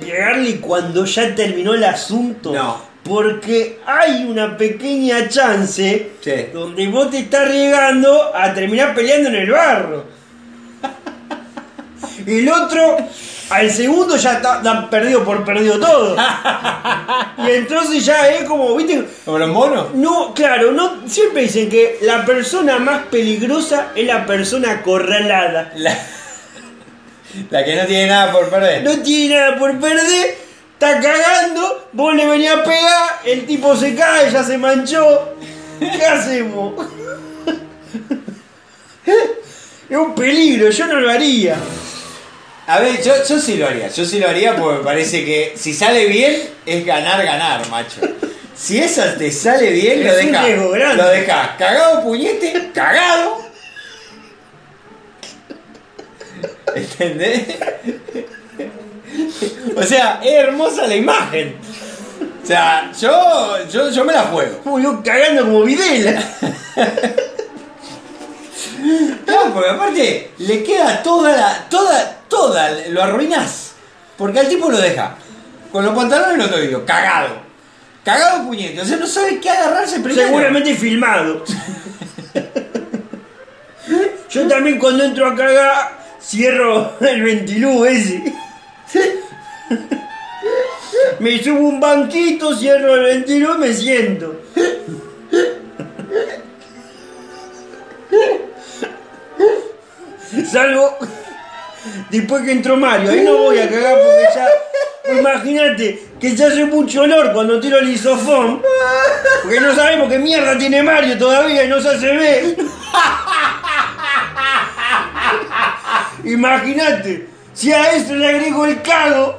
pegarle cuando ya terminó el asunto. No. Porque hay una pequeña chance Sí. donde vos te estás arriesgando a terminar peleando en el barro. El otro, al segundo ya está, dan perdido por perdido todo. Y entonces ya es como, viste, ¿Como los monos? no, claro, no siempre dicen que la persona más peligrosa es la persona acorralada. La... la que no tiene nada por perder. No tiene nada por perder, está cagando, vos le venís a pegar, el tipo se cae, ya se manchó. ¿Qué hacemos? Es un peligro, yo no lo haría. A ver, yo, yo sí lo haría. Yo sí lo haría porque me parece que si sale bien es ganar, ganar, macho. Si esa te sale bien, Es lo un dejas. riesgo grande. Lo dejas. Cagado puñete, cagado. ¿Entendés? O sea, es hermosa la imagen. O sea, yo, yo, yo me la juego. Uy, yo cagando como Videla. Claro, porque aparte le queda toda la. toda, toda, lo arruinás. Porque al tipo lo deja. Con los pantalones en los tobillos, cagado. Cagado puñete. O sea, no sabe qué agarrarse primero. Seguramente filmado. Yo también cuando entro a cagar cierro el ventilú ese. Me subo un banquito, cierro el ventilú y me siento. Salvo después que entró Mario. Ahí no voy a cagar porque ya. Imagínate que ya hace mucho olor cuando tiro el isofón. Porque no sabemos qué mierda tiene Mario todavía y no se hace ver. Imagínate, si a eso le agrego el cago,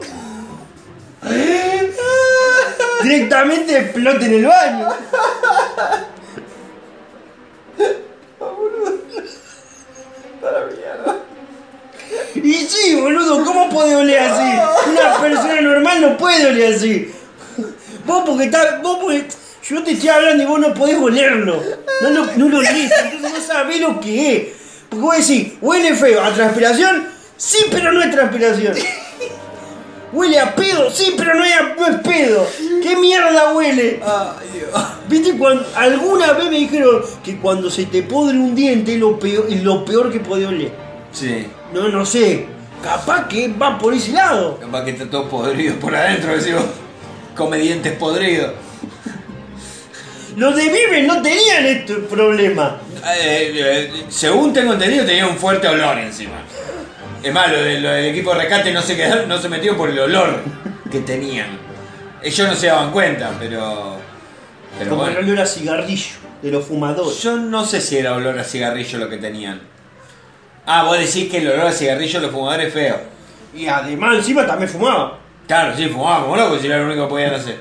directamente explota en el baño. Y sí, boludo, ¿cómo puede oler así? Una persona normal no puede oler así. Vos porque estás. Vos porque. Yo te estoy hablando y vos no podés olerlo. No lo, no lo olés, entonces no sabés lo que es. Porque vos decís, huele feo, ¿a transpiración? Sí, pero no es transpiración. Huele a pedo, sí, pero no es, a- no es pedo. ¿Qué mierda huele? Ay, Dios. Viste, cuando, alguna vez me dijeron que cuando se te podre un diente es lo peor, es lo peor que podés oler. Sí. No, no sé. Capaz que va por ese lado. Capaz que está todo podrido por adentro, decimos. Come dientes podridos. Los de Vive no tenían este problema. Eh, eh, según tengo entendido, tenía un fuerte olor encima. Es más, lo, de- lo del equipo de rescate no se, quedaron, no se metió por el olor que tenían. Ellos no se daban cuenta, pero. Pero Como el bueno. olor a cigarrillo de los fumadores. Yo no sé si era olor a cigarrillo lo que tenían. Ah, vos decís que el olor a cigarrillo de los fumadores es feo. Y además encima también fumaba. Claro, sí, fumaban como locos, si era lo único que podían hacer.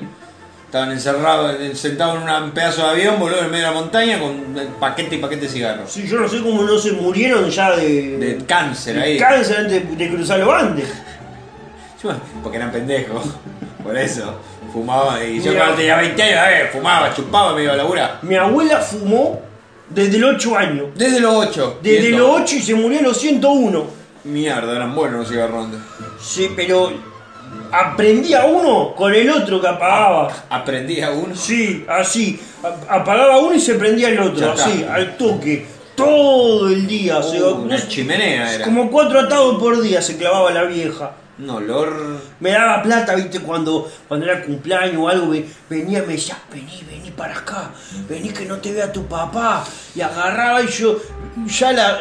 Estaban encerrados, eh, sentados en una- un pedazo de avión, boludo, en medio de la montaña con eh, paquete y paquete de cigarros. Sí, yo no sé cómo no se murieron ya de, De cáncer de ahí. cáncer antes de, de cruzar los Andes. Porque eran pendejos. Por eso. Fumaba. Y yo Mira. cuando tenía 20 años, a ver, fumaba, chupaba, me iba a laburar. Mi abuela fumó desde los 8 años. Desde los 8. Desde los 8 y se murió a los 101. Mierda, eran buenos los cigarrones. Sí, pero aprendía uno con el otro que apagaba. Aprendí a uno. Sí, así. A- Apagaba uno y se prendía el Ya otro, está. así, al toque. Todo el día. se- Uh, una no- chimenea era. como cuatro atados por día se clavaba la vieja. Un olor. Me daba plata, viste, cuando, cuando era cumpleaños o algo, ve- venía y me decía, vení, vení para acá, vení que no te vea tu papá. Y agarraba y yo ya la,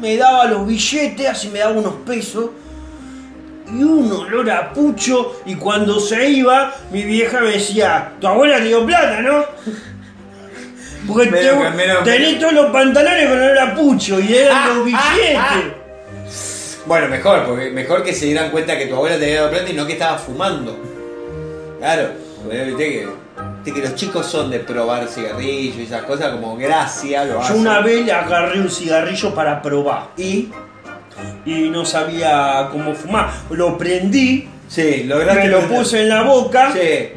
me daba los billetes, así me daba unos pesos. Y un olor a pucho, y cuando se iba, mi vieja me decía, tu abuela te dio plata, ¿no? Porque Menos te- que- menos- tenés todos los pantalones con olor a pucho y eran los billetes. Bueno, mejor, porque mejor que se dieran cuenta que tu abuela te había dado plata y no que estaba fumando. Claro, porque viste que, viste que los chicos son de probar cigarrillos y esas cosas como gracia, lo Yo hacen. una vez le agarré un cigarrillo para probar Y, y no sabía cómo fumar. Lo prendí, sí, lograste... me lo prender. puse en la boca Sí.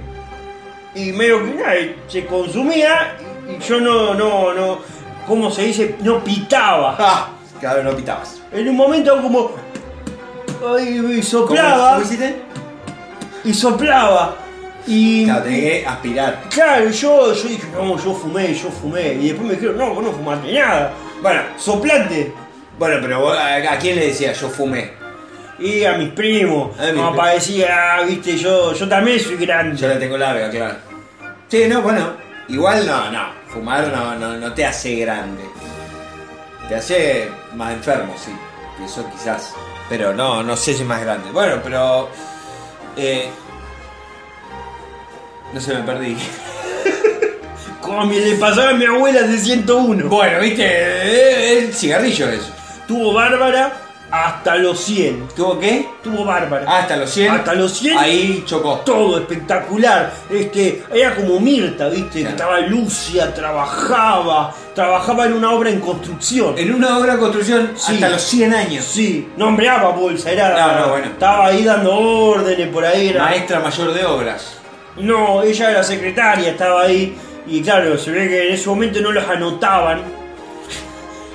y medio que nada, se consumía y yo no, no, no, ¿cómo se dice? No pitaba. Ah, claro, no pitabas. En un momento como... ay, y ¿Cómo, soplaba cómo hiciste? y soplaba. Y Claro, tenés que aspirar. claro, yo, yo dije, no, yo fumé, yo fumé. Y después me dijeron, no, vos no fumaste nada. Bueno, Soplate. bueno, pero vos, ¿a, a quién le decía yo fumé? Y a mis primos, A mis como primos. para decir, ah, viste, yo, yo también soy grande. Yo la tengo larga, claro. Sí, no, bueno. Igual no, no. Fumar no, no, no te hace grande. Te hace más enfermo, sí. Eso quizás. Pero no, no sé si más grande. Bueno, pero. eh, no se me perdí. Como me le pasaba a mi abuela de 101. Bueno, viste, eh, el cigarrillo es. Tuvo Bárbara hasta los 100. ¿Tuvo qué? Tuvo Bárbara. Hasta los 100. Hasta los 100. Ahí chocó. Todo espectacular. Este, era como Mirta, viste, que Claro. estaba Lucia, trabajaba, trabajaba en una obra en construcción. En una obra de construcción Sí. hasta los 100 años. Sí, nombreaba bolsa, era. Ah, No, no, bueno. Estaba ahí dando órdenes por ahí. Era, Maestra mayor de obras. No, ella era secretaria, estaba ahí. Y claro, se ve que en ese momento no los anotaban.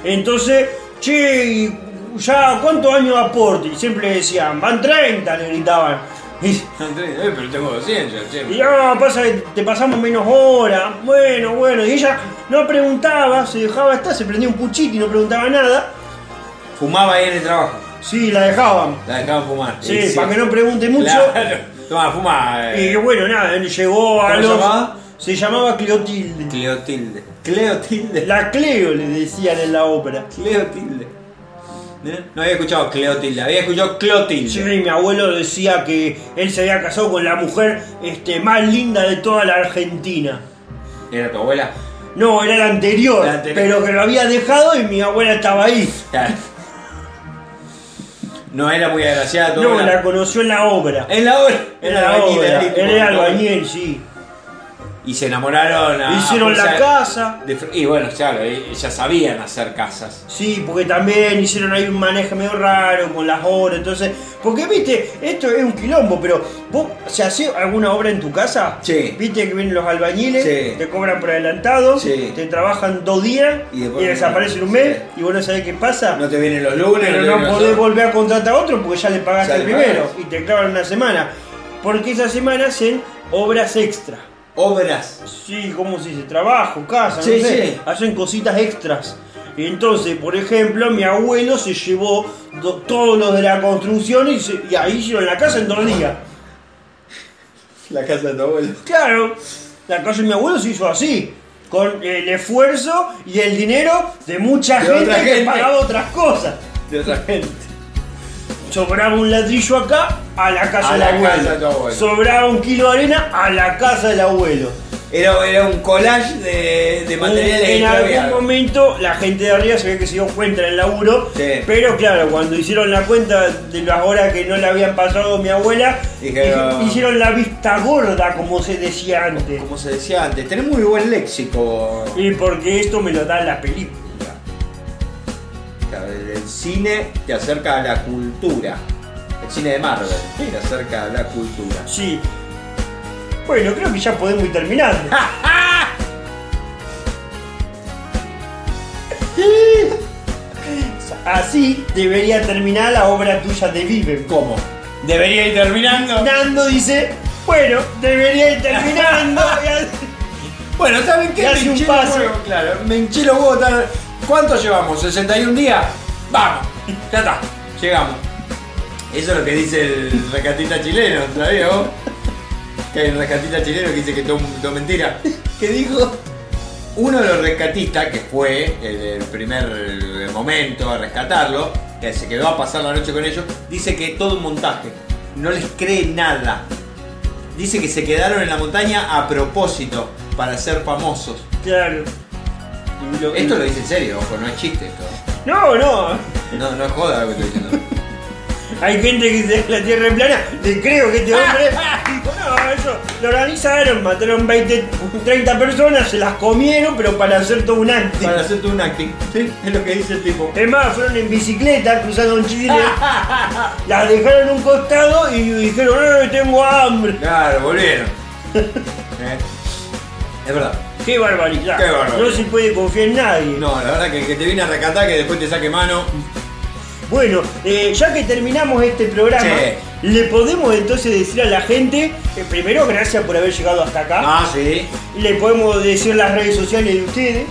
Entonces, che, ¿y ¿ya cuántos años aporte? Y siempre le decían, van 30, le gritaban. Y, Eh, pero tengo 200, che. y, "Ah, pasa que te pasamos menos horas. Bueno, bueno. Y ella no preguntaba, se dejaba estar, se prendía un puchito y no preguntaba nada. Fumaba ahí en el trabajo. Sí, la dejaban. La dejaban fumar. Sí, para que no pregunte mucho. Claro. Toma, fuma. Y eh, bueno, nada, él llegó a ¿Cómo los. se llamaba? Se llamaba Cleotilde. Cleotilde. Cleotilde. La Cleo le decían en la ópera. Cleotilde. ¿Eh? No había escuchado Cleotilde, había escuchado Clotilde. Sí, mi abuelo decía que él se había casado con la mujer este, más linda de toda la Argentina. Era tu abuela. No, era la anterior, La anterior. pero que lo había dejado y mi abuela estaba ahí. Claro. No era muy agraciada tu No, abuela. la conoció en la obra. En la obra. En la obra. el tipo, Él era ¿no? albañil, sí. Y se enamoraron a- Hicieron a la fuerza casa. de fr- y bueno, claro, eh, ya sabían hacer casas. Sí, porque también hicieron ahí un manejo medio raro con las obras, entonces... Porque, viste, esto es un quilombo, pero vos, ¿se hace alguna obra en tu casa? Sí. Viste que vienen los albañiles, Sí. te cobran por adelantado, Sí. te trabajan dos días Y y, después- desaparecen un mes Sí. y vos no sabés qué pasa. No te vienen los lunes, pero te no vienen los podés otros. volver a contratar a otro porque ya le pagaste Ya el le primero pagaste. y te clavan una semana. Porque esa semana hacen obras extra. Obras. Sí, ¿cómo se dice? Trabajo, casa, Sí, no sé. sí. Hacen cositas extras. Entonces, por ejemplo, mi abuelo se llevó do- todos los de la construcción y, se- y ahí hicieron la casa en dos días. La casa de tu abuelo. Claro, la casa de mi abuelo se hizo así. Con el esfuerzo y el dinero de mucha De gente, otra que gente. pagaba otras cosas. De otra gente. Sobraba un ladrillo acá a la casa A del la abuelo. casa de tu abuelo. Sobraba un kilo de arena a la casa del abuelo. Era, era un collage de, de materiales en que había. algún momento la gente de arriba se ve que se dio cuenta en el laburo, Sí. pero claro, cuando hicieron la cuenta de las horas que no le habían pasado a mi abuela, Dijeron- hi- hicieron la vista gorda, como se decía antes. Como se decía antes, tenés muy buen léxico. Y porque esto me lo dan las películas. Claro, El el cine te acerca a la cultura. El cine de Marvel te acerca a la cultura. Sí. Bueno, creo que ya podemos ir terminando. Así debería terminar la obra tuya de Viven. ¿Cómo? Debería ir terminando. Nando dice, bueno, debería ir terminando. Y así- Bueno, ¿saben qué? Y hace un hinché los pase. huevos, claro. Me hinché los huevos tan- ¿Cuánto llevamos? ¿61 días? Vamos. Ya está. Llegamos. Eso es lo que dice el recatista chileno, ¿sabías vos? Que hay un rescatista chileno que dice que todo, todo mentira. ¿Qué dijo? Uno de los rescatistas, que fue el, el primer momento a rescatarlo, que se quedó a pasar la noche con ellos, dice que es todo un montaje. No les cree nada. Dice que se quedaron en la montaña a propósito para ser famosos. Claro. Esto lo dice en serio, ojo, no es chiste esto. No, no. No, no es joda lo que estoy diciendo. Hay gente que dice la tierra es plana, te creo que este hombre dijo, no, eso lo organizaron, mataron 20, 30 personas, se las comieron, pero para hacer todo un acto. Para hacerte un acting. Sí, es lo que dice el tipo. Es más, fueron en bicicleta, cruzaron Chile, las dejaron a un costado y dijeron, eh, tengo hambre. Claro, volvieron. Eh, Es verdad. Qué barbaridad. Qué barbaridad. No se puede confiar en nadie. No, la verdad que el que te viene a rescatar que después te saque mano. Bueno, eh, ya que terminamos este programa, Sí. le podemos entonces decir a la gente, eh, primero gracias por haber llegado hasta acá. Ah, sí. Le podemos decir las redes sociales de ustedes.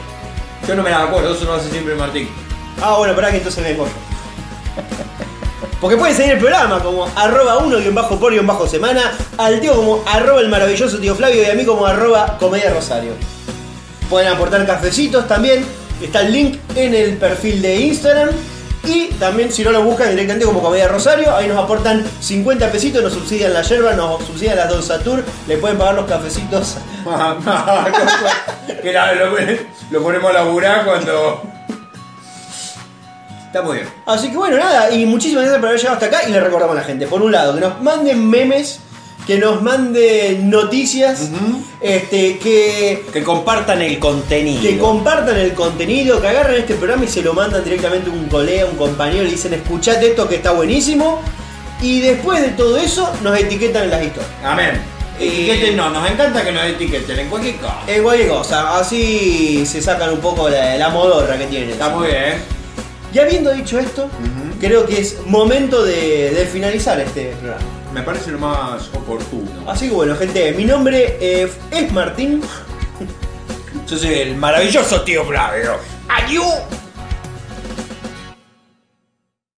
Yo no me la acuerdo, eso lo hace siempre Martín. Ah, bueno, pará que entonces me corto. Porque pueden seguir el programa como arroba uno guión bajo por guión bajo semana, al tío como arroba el maravilloso tío Flavio y a mí como arroba comedia rosario. Pueden aportar cafecitos también, está el link en el perfil de Instagram y también si no lo buscan directamente como comedia rosario, ahí nos aportan 50 pesitos, nos subsidian la yerba, nos subsidian las dos Satur, le pueden pagar los cafecitos. que la- lo, lo ponemos a laburar cuando. Está muy bien. Así que bueno, nada, y muchísimas gracias por haber llegado hasta acá y le recordamos a la gente, por un lado, que nos manden memes, que nos manden noticias, Ujú. este, que, Que compartan el contenido. que compartan el contenido, que agarren este programa y se lo mandan directamente a un colega, un compañero, le dicen, escuchate esto que está buenísimo, y después de todo eso nos etiquetan en las historias. Amén. Etiqueten, no, nos encanta que nos etiqueten en cualquier cosa. Es cualquier cosa, así se sacan un poco la, la modorra que tienen. Está muy bien. Y habiendo dicho esto, Ujú. creo que es momento de- de finalizar este programa. Me parece lo más oportuno. Así que bueno, gente, mi nombre eh, es Martín. Yo soy el maravilloso tío Flavio. Adiós.